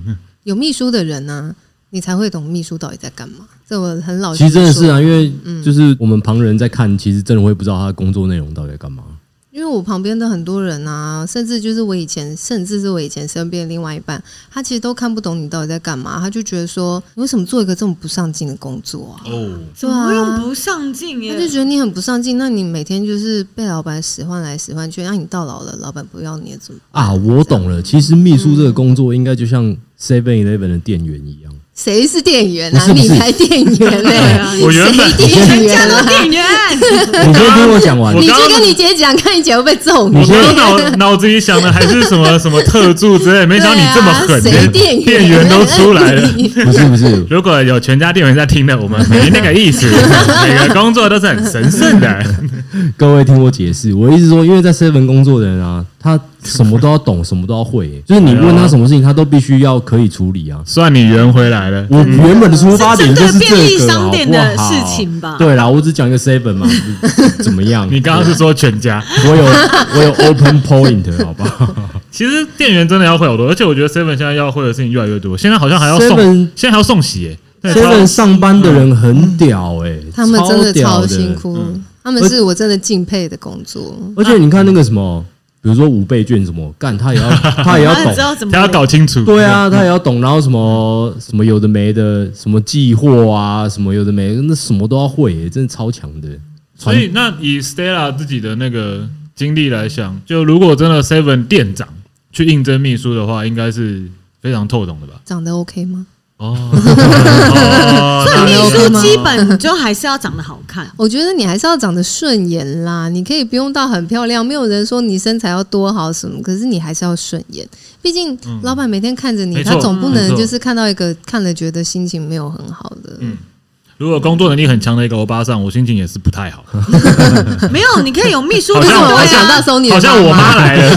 Speaker 5: 有秘书的人呢、你才会懂秘书到底在干嘛。这我很老
Speaker 3: 其
Speaker 5: 实
Speaker 4: 啊
Speaker 5: 哦说，嗯
Speaker 3: 实真的是啊，因为就是我们旁人在看，其实真的会不知道他的工作内容到底在干嘛。
Speaker 5: 因为我旁边的很多人啊，甚至就是我以前，甚至是我以前身边的另外一半，他其实都看不懂你到底在干嘛，他就觉得说，你为什么做一个这么不上进的工作啊？
Speaker 4: 哦，
Speaker 5: 对
Speaker 2: 怎么会用
Speaker 5: 啊，
Speaker 2: 不上进耶
Speaker 5: 他？就觉得你很不上进，那你每天就是被老板使唤来使唤去，那啊你到老了，老板不要你也怎么？
Speaker 3: 啊，我懂了。其实秘书这个工作应该就像 Seven Eleven 的店员一样，
Speaker 5: 谁是店员
Speaker 3: 不
Speaker 5: 啊？
Speaker 3: 是不
Speaker 5: 你
Speaker 3: 是
Speaker 5: 才店员嘞、
Speaker 4: *laughs*
Speaker 2: 啊
Speaker 4: 我原本
Speaker 5: 谁店
Speaker 2: 全家
Speaker 5: 员
Speaker 2: 都
Speaker 5: 啊？
Speaker 2: 店员，
Speaker 3: 你先听我讲完
Speaker 4: 我。
Speaker 5: 你
Speaker 4: 刚
Speaker 5: 去
Speaker 4: 刚
Speaker 5: 跟你姐讲，看你姐会被揍
Speaker 4: 我
Speaker 5: 你。
Speaker 4: 刚刚脑脑子里想的还是什么 *laughs* 什么特助之类，没想到你这么狠，
Speaker 5: 对啊
Speaker 4: 连
Speaker 5: 谁店员
Speaker 4: 店员都出
Speaker 5: *laughs*
Speaker 4: 来了。
Speaker 3: 不是不是，
Speaker 4: 如果有全家店员在听的，我们没那个意
Speaker 5: *laughs*
Speaker 4: 思，每个工作都是很神圣的。
Speaker 3: 各位听我解释，我意思说，因为在 Seven 工作的人啊，他什么都要懂，什么都要会、就是你问他什么事情，他都必须要可以处理啊。
Speaker 4: 算你圆回来了，
Speaker 3: 我原本的出发点就
Speaker 2: 这
Speaker 3: 是这
Speaker 2: 便利
Speaker 3: 个，啊
Speaker 2: 商店的
Speaker 3: 好不好
Speaker 2: 事情吧
Speaker 3: 对啦，我只讲一个 Seven 嘛，怎么样？
Speaker 4: 你刚刚是说全家？
Speaker 3: 我有我有 open point 好不好？
Speaker 4: 其实店员真的要会好多，而且我觉得 Seven 现在要会的事情越来越多。现在好像还要送
Speaker 3: Seven，
Speaker 4: 现在还要送洗耶、 *laughs* 对
Speaker 3: Seven 上班的人很屌哎、
Speaker 5: 他们真的
Speaker 3: 屌
Speaker 5: 超
Speaker 3: 的
Speaker 5: 辛。苦，
Speaker 4: 嗯
Speaker 5: 他们是我真的敬佩的工作。
Speaker 3: *laughs* 而且你看那个什么，比如说五倍券什么，干他
Speaker 2: *laughs*
Speaker 3: 也要他也要
Speaker 2: 然后知
Speaker 3: 懂，
Speaker 2: 道怎么
Speaker 4: 他要搞清楚。
Speaker 3: 对，啊，他也要懂。然后什么什么有的没的，什么寄货啊，什么有的没的，那什么都要会、欸，真的超强的。
Speaker 4: 所以那以 Stella 自己的那个经历来想，就如果真的 Seven 店长去应征秘书的话，应该是非常透懂的吧？
Speaker 5: 长得 OK 吗？
Speaker 4: 哦，
Speaker 5: *laughs*
Speaker 4: 哦
Speaker 2: 那
Speaker 4: 那
Speaker 2: 秘
Speaker 5: 那。
Speaker 2: 书基本就还是要长得好
Speaker 4: *laughs*
Speaker 2: 看
Speaker 5: 我觉得你还是要长得顺眼啦，你可以不用到很漂亮，没有人说你身材要多好什么，可是你还是要顺眼。毕竟老板每天看着你，
Speaker 4: 嗯没错
Speaker 5: 他总不
Speaker 4: 没
Speaker 5: 能
Speaker 4: 错
Speaker 5: 就是看到一个看了觉得心情没有很好的。
Speaker 4: 嗯如果工作能力很强的一个欧巴桑，我心情也是不太好。
Speaker 2: 没有，你可以有秘书
Speaker 4: 好
Speaker 2: 团
Speaker 4: 像我
Speaker 5: *laughs* 为什么 *laughs* 我
Speaker 2: 队
Speaker 5: 想到
Speaker 2: 啊，
Speaker 5: 收你的
Speaker 4: 好像我妈来
Speaker 5: *laughs*
Speaker 4: 了，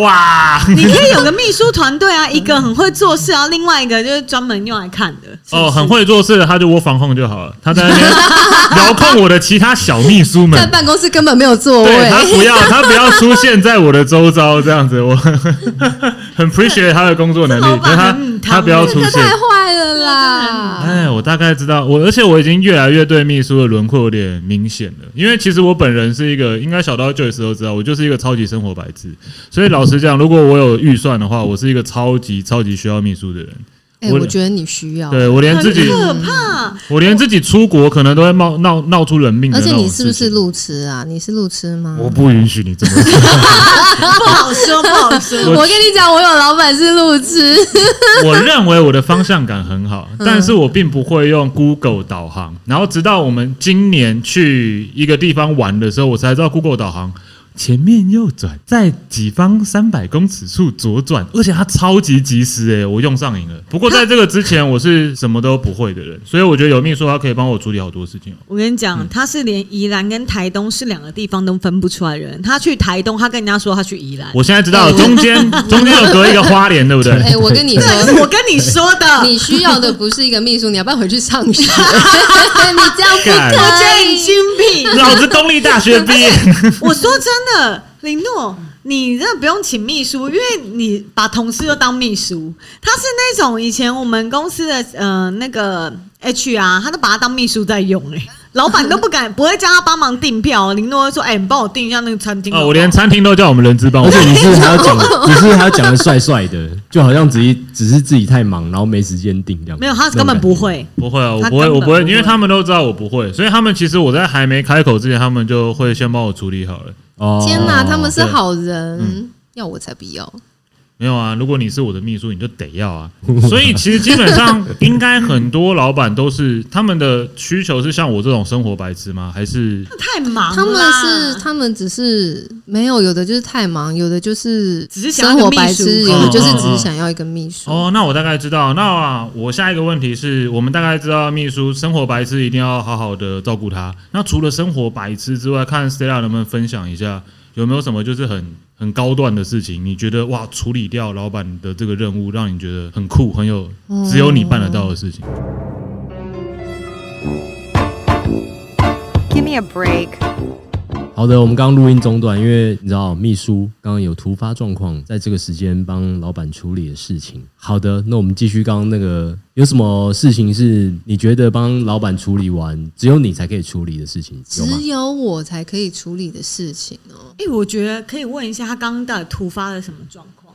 Speaker 4: 哇！
Speaker 2: 你可以有个秘书团队啊，一个很会做事，然后另外一个就是专门用来看的。是不是
Speaker 4: 哦，很。会做事的，他就窝防控就好了。他在那边
Speaker 5: *laughs*
Speaker 4: 遥控我的其他小秘书们
Speaker 5: 在，办公室根本没有座
Speaker 4: 对他
Speaker 5: 位，
Speaker 4: 不
Speaker 5: *laughs*
Speaker 4: 要，他不要出现在我的周遭这样子。我 *laughs* 很 appreciate 他的工作能
Speaker 2: 这老
Speaker 4: 力，
Speaker 2: 板
Speaker 4: 但他
Speaker 2: 很
Speaker 5: 嗯
Speaker 4: 他不要出
Speaker 5: 这
Speaker 4: 现
Speaker 5: 太。坏了啦！
Speaker 4: 哎，我大概知道，我而且我已经越来越对秘书的轮廓有点明显了，因为其实我本人是一个，应该小到就时候知道，我就是一个超级生活白痴。所以老实讲，如果我有预算的话，我是一个超级超级需要秘书的人。
Speaker 5: 哎，
Speaker 4: 我
Speaker 5: 我觉得你需要，
Speaker 4: 对我连
Speaker 2: 很
Speaker 4: 自己，
Speaker 2: 可
Speaker 5: *laughs*
Speaker 2: 怕，
Speaker 4: 我连自己出国可能都会冒闹闹出人命的
Speaker 5: 而
Speaker 4: 那
Speaker 5: 且
Speaker 4: 种
Speaker 5: 你是不
Speaker 4: 事
Speaker 5: 是
Speaker 4: 情？
Speaker 5: 路痴啊？你是路痴吗？
Speaker 4: 我不允许你这么做。
Speaker 2: 不好说，不好说。
Speaker 5: 我跟你讲，我有老板是路痴，
Speaker 4: *laughs* 我认为我的方向感很好，但是我并不会用 Google 导航。然后直到我们今年去一个地方玩的时候，我才知道 Google 导航前面右转，在几方三百公尺处左转，而且它超级及时诶、我用上瘾了。不过在这个之前，我是什么都不会的人，所以我觉得有秘书他可以帮我处理好多事情哦。
Speaker 2: 我跟你讲，他是连宜兰跟台东是两个地方都分不出来的人。他去台东，他跟人家说他去宜兰。
Speaker 4: 我现在知道了中间 *laughs* 中间有隔一个花莲，对不 *laughs* 对？
Speaker 5: *laughs* 哎，我跟你说，
Speaker 2: 对，我跟你说的，
Speaker 5: *laughs* 你需要的不是一个秘书， *laughs* 你要不要回去上学？
Speaker 2: 我觉得
Speaker 4: 干
Speaker 5: 你这样不可
Speaker 2: 你
Speaker 5: 以。
Speaker 2: 精辟。
Speaker 4: 老子公立大学毕 *laughs* 业，
Speaker 2: *laughs* 我说真的，林诺，你真的不用请秘书，因为你把同事都当秘书。他是那种以前我们公司的呃那个 HR，他都把他当秘书在用、欸， *laughs* 老板都不敢不会叫他帮忙订票。林诺会说：“哎、你帮我订一下那个餐厅。”
Speaker 4: 哦，我连餐厅都叫我们人资帮我
Speaker 3: 而且。你是不是还要讲， *laughs* 你是不是还要讲的帅帅的，就好像只一只是自己太忙，然后没时间定这样。
Speaker 2: 没有，他根本不会。
Speaker 4: 不会啊，我
Speaker 2: 他
Speaker 4: 不会，
Speaker 2: 根
Speaker 4: 我
Speaker 2: 本
Speaker 4: 不会，
Speaker 2: 不
Speaker 4: 因为
Speaker 2: 会
Speaker 4: 他们都知道我不会，所以他们其实我在还没开口之前，他们就会先帮我处理好了。
Speaker 3: 那种感觉。哦
Speaker 5: 天哪，他们是好人，要我才不要。
Speaker 4: 没有啊，如果你是我的秘书，你就得
Speaker 2: *laughs*
Speaker 4: 要啊。所以其实基本上应该很多老板都是他们的需求是像我这种生活白痴吗？还是
Speaker 2: 太忙
Speaker 5: 他们是
Speaker 2: 啦
Speaker 5: 他们只是没有，有的就是太忙，有的就是
Speaker 2: 只是想要
Speaker 5: 生
Speaker 2: 一个
Speaker 5: 活
Speaker 2: 秘书
Speaker 5: 白痴，有的就是只是想要一个秘书。
Speaker 4: 哦，那我大概知道。那、我下一个问题是我们大概知道秘书生活白痴一定要好好的照顾他。那除了生活白痴之外，看 Stella 能不能分享一下有没有什么就是很很高段的事情？你觉得哇，处理掉老板的这个任务，让你觉得很酷、很有
Speaker 2: 嗯
Speaker 4: 只有你办得到的事情？
Speaker 6: Give me a break.
Speaker 3: 好的，我们刚刚录音中断，因为你知道秘书刚刚有突发状况，在这个时间帮老板处理的事情。好的，那我们继续刚刚那个，有什么事情是你觉得帮老板处理完，只有你才可以处理的事情，有吗
Speaker 5: 只？有我才可以处理的事情哦。
Speaker 2: 哎、我觉得可以问一下他刚刚到底突发了什么状况，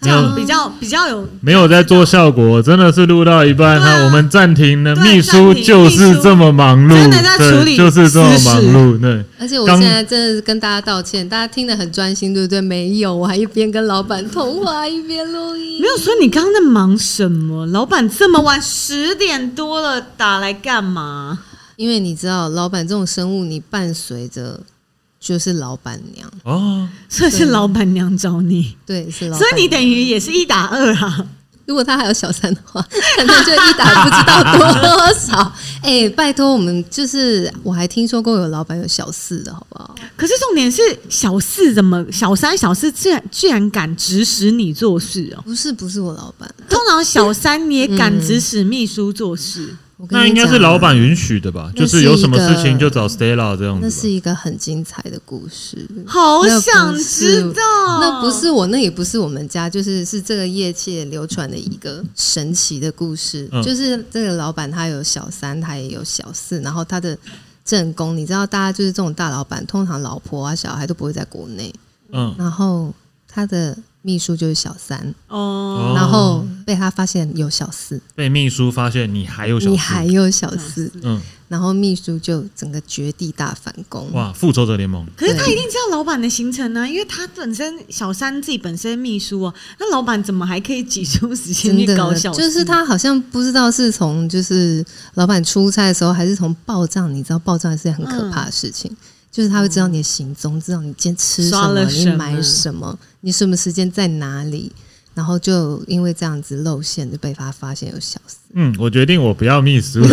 Speaker 4: 没
Speaker 2: 这
Speaker 4: 有
Speaker 2: 样比较比较有
Speaker 4: 没有在做效果，真的是录到一半，
Speaker 2: 对啊
Speaker 4: 那我们暂停了。
Speaker 2: 对
Speaker 4: 秘书
Speaker 2: 暂停
Speaker 4: 就是这么忙碌，
Speaker 2: 秘书真的在处理
Speaker 4: 对就是这么忙碌。对，
Speaker 5: 而且我
Speaker 4: 刚
Speaker 5: 现在真的是跟大家道歉，大家听得很专心，对不对？没有，我还一边跟老板通话，一边录音
Speaker 2: 没。有，所以你刚刚在忙什么？老板这么晚十点多了打来干嘛？
Speaker 5: 因为你知道，老板这种生物，你伴随着就是老板娘，
Speaker 4: 哦，
Speaker 2: 所以是老板娘找你，
Speaker 5: 对，是老板娘。
Speaker 2: 所以你等于也是一打二啊。
Speaker 5: 如果他还有小三的话，可能就一打不知道
Speaker 4: *laughs*
Speaker 5: 多少。哎、拜托，我们就是我还听说过有老板有小四的，好不好？
Speaker 2: 可是重点是小四怎么小三小四竟然居然敢指使你做事哦？
Speaker 5: 不是，不是我老板，
Speaker 2: 通常小三你也敢指使秘书做事，
Speaker 5: 我跟
Speaker 4: 那
Speaker 5: 你
Speaker 4: 应该是
Speaker 5: 讲啊
Speaker 4: 老板允许的吧？
Speaker 5: 那
Speaker 4: 就是
Speaker 5: 一
Speaker 4: 是
Speaker 5: 个
Speaker 4: 有什么事情就找 Stella 这样
Speaker 5: 那
Speaker 4: 子
Speaker 5: 是
Speaker 4: 吧。
Speaker 5: 一个很精彩的故事。
Speaker 2: 好想知道。
Speaker 5: 嗯那不是我，那也不是我们家，就是是这个业界流传的一个神奇的故事。
Speaker 4: 嗯
Speaker 5: 就是这个老板他有小三，他也有小四，然后他的正宫，你知道，大家就是这种大老板，通常老婆啊、小孩都不会在国内，
Speaker 4: 嗯，
Speaker 5: 然后他的秘书就是小三，
Speaker 2: 哦，
Speaker 5: 然后被他发现有小四，
Speaker 4: 被秘书发现你还有小
Speaker 5: 你
Speaker 4: 事，
Speaker 5: 还有小四，
Speaker 4: 嗯，
Speaker 5: 然后秘书就整个绝地大反攻。
Speaker 4: 哇，复仇者联盟
Speaker 2: 可是他一定知道老板的行程啊，因为他本身小三自己本身秘书啊，那老板怎么还可以挤出时间
Speaker 5: 真
Speaker 2: 去
Speaker 5: 的
Speaker 2: 搞小四？
Speaker 5: 就是他好像不知道是从就是老板出差的时候，还是从报账。你知道报账是件很可怕的事情，就是他会知道你的行踪，知道你今天吃
Speaker 2: 嗯
Speaker 5: 什
Speaker 2: 刷
Speaker 5: 么，
Speaker 2: 了
Speaker 5: 你
Speaker 2: 什么
Speaker 5: 买什么，你什么时间在哪里，然后就因为这样子露馅，就被他发现有小三。
Speaker 4: 嗯，我决定我不要秘书了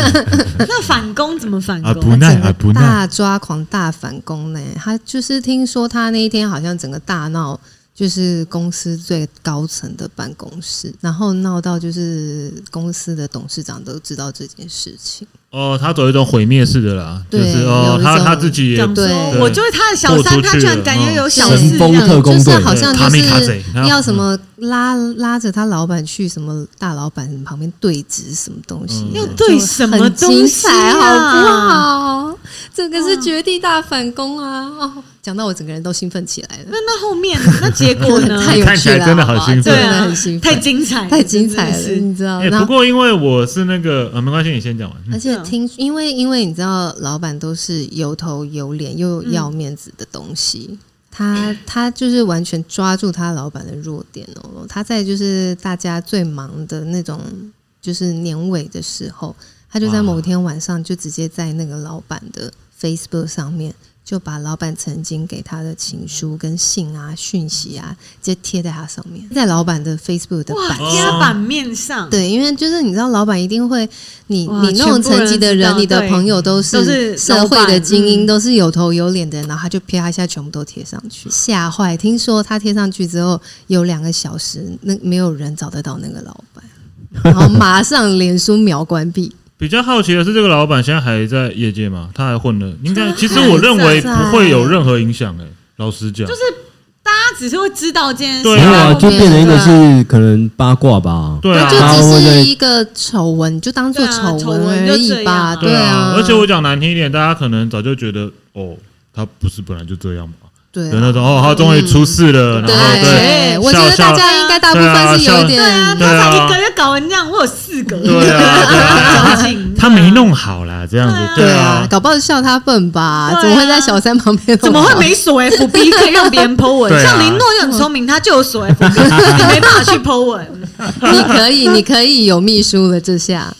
Speaker 5: *laughs*
Speaker 2: 那反攻怎么反
Speaker 4: 啊，
Speaker 2: 攻？
Speaker 4: 不耐啊，不耐，
Speaker 5: 大抓狂、大反攻呢、他就是听说他那一天好像整个大闹，就是公司最高层的办公室，然后闹到就是公司的董事长都知道这件事情。
Speaker 4: 哦，他走一种毁灭式的啦，就
Speaker 5: 对
Speaker 4: 是
Speaker 5: 有
Speaker 4: 哦
Speaker 5: 一，
Speaker 4: 他
Speaker 5: 种
Speaker 4: 他自己也
Speaker 2: 讲
Speaker 5: 对
Speaker 2: 说，我就是他的小
Speaker 4: 豁出
Speaker 2: 三，
Speaker 4: 去
Speaker 2: 他居然
Speaker 4: 了
Speaker 2: 敢要
Speaker 4: 嗯
Speaker 2: 有小
Speaker 5: 神
Speaker 2: 四这
Speaker 3: 风
Speaker 2: 样
Speaker 3: 特工
Speaker 5: 就是
Speaker 3: 队
Speaker 5: 好像
Speaker 4: 卡
Speaker 5: 就
Speaker 4: 米卡
Speaker 5: 是
Speaker 4: 贼嗯
Speaker 5: 要什么拉拉着他老板去什么大老板旁边对峙什么东
Speaker 4: 嗯
Speaker 5: 西的，
Speaker 2: 要
Speaker 5: 就
Speaker 2: 对什么
Speaker 5: 很
Speaker 2: 东
Speaker 5: 精
Speaker 2: 西嗯
Speaker 5: 彩
Speaker 2: 啊？
Speaker 5: 好
Speaker 2: *laughs*
Speaker 5: 不好？这个是绝地大反攻啊！哦，讲到我整个人都兴奋起来了
Speaker 2: 那。那后面
Speaker 5: *laughs*
Speaker 2: 那结果呢？
Speaker 5: 太有
Speaker 4: 看
Speaker 5: 趣
Speaker 4: 起来
Speaker 5: 了，
Speaker 4: 真的
Speaker 5: 好不
Speaker 4: 好兴奋
Speaker 5: 真
Speaker 2: 对
Speaker 5: 的
Speaker 2: 啊
Speaker 5: 很兴，奋，
Speaker 2: 太精彩了，
Speaker 5: 太精彩了，
Speaker 2: 真的是
Speaker 5: 你知道？
Speaker 4: 哎，
Speaker 5: 然
Speaker 4: 不
Speaker 5: 后
Speaker 4: 过因为我是那个，呃，没关系，你先讲完。
Speaker 5: 而
Speaker 4: 嗯
Speaker 5: 且听，因为因为你知道，老板都是有头有脸又
Speaker 4: 嗯
Speaker 5: 要面子的东西。他他就是完全抓住他老板的弱点哦。他在就是大家最忙的那种，就是年尾的时候，他就在
Speaker 4: 哇
Speaker 5: 某天晚上就直接在那个老板的 Facebook 上面，就把老板曾经给他的情书跟信啊、讯息啊，直接贴在他上面，在老板的 Facebook 的
Speaker 2: 哇，
Speaker 5: 版
Speaker 4: 哦
Speaker 2: 贴在版面上，
Speaker 5: 对，因为就是你知道，老板一定会，你
Speaker 2: 嗯哇
Speaker 5: 你那种层级的
Speaker 2: 全
Speaker 5: 人，
Speaker 2: 部人知道
Speaker 5: 你的朋友都
Speaker 2: 都是
Speaker 5: 社会
Speaker 2: 老
Speaker 5: 的
Speaker 2: 板
Speaker 5: 精英，
Speaker 2: 嗯
Speaker 5: 都是有头有脸的人，然后他就啪一下全部都贴上去，吓坏。听说他贴上去之后，有两个小时，那没有人找得到那个老板，然后马上脸书秒
Speaker 2: *laughs*
Speaker 5: 关闭。
Speaker 4: 比较好奇的是，这个老板现在还在业界吗？他还混了？应该，其实
Speaker 5: 还
Speaker 4: 我认为
Speaker 5: 在啊
Speaker 4: 不会有任何影响。哎，老实讲，
Speaker 2: 就是大家只是会知道这件事，
Speaker 4: 对
Speaker 3: 没有
Speaker 4: 啊
Speaker 3: 啊，
Speaker 2: 然后
Speaker 3: 就变成一个是可能八卦吧。
Speaker 4: 对啊，
Speaker 5: 就
Speaker 3: 他
Speaker 5: 只
Speaker 3: 会在
Speaker 5: 是一个丑闻，你就当做
Speaker 2: 对啊丑
Speaker 5: 闻
Speaker 2: 闻就
Speaker 5: 而已
Speaker 2: 这
Speaker 5: 吧。
Speaker 2: 样啊
Speaker 5: 对
Speaker 4: 而且我讲难听一点，大家可能早就觉得哦，他不是本来就这样嘛，
Speaker 5: 对
Speaker 4: 的
Speaker 5: 啊
Speaker 4: 那种哦，他终于出事了，然后对。
Speaker 5: 对，我
Speaker 4: 笑
Speaker 5: 觉得大
Speaker 4: 笑
Speaker 5: 家应该大部
Speaker 4: 对啊
Speaker 5: 分是有
Speaker 4: 笑
Speaker 5: 点
Speaker 2: 对啊，
Speaker 4: 对啊
Speaker 2: 他才一个月搞成这样，我有四个，
Speaker 4: 对
Speaker 2: *laughs*
Speaker 4: 啊，对啊，
Speaker 2: 矫情
Speaker 4: 他他没弄好啦，这样子，
Speaker 5: 对啊
Speaker 4: 啊，，
Speaker 5: 搞不好笑他笨吧？
Speaker 2: 对啊
Speaker 5: 怎么会在小三旁边？
Speaker 2: 啊怎么会？没锁 FB 可以让别人 Po
Speaker 5: *laughs*
Speaker 2: 文？
Speaker 4: 对啊
Speaker 2: 像林诺就很聪明，他就有锁 FB，你没办法去 Po 文。
Speaker 5: 你可以，你可以有秘书了，这啊下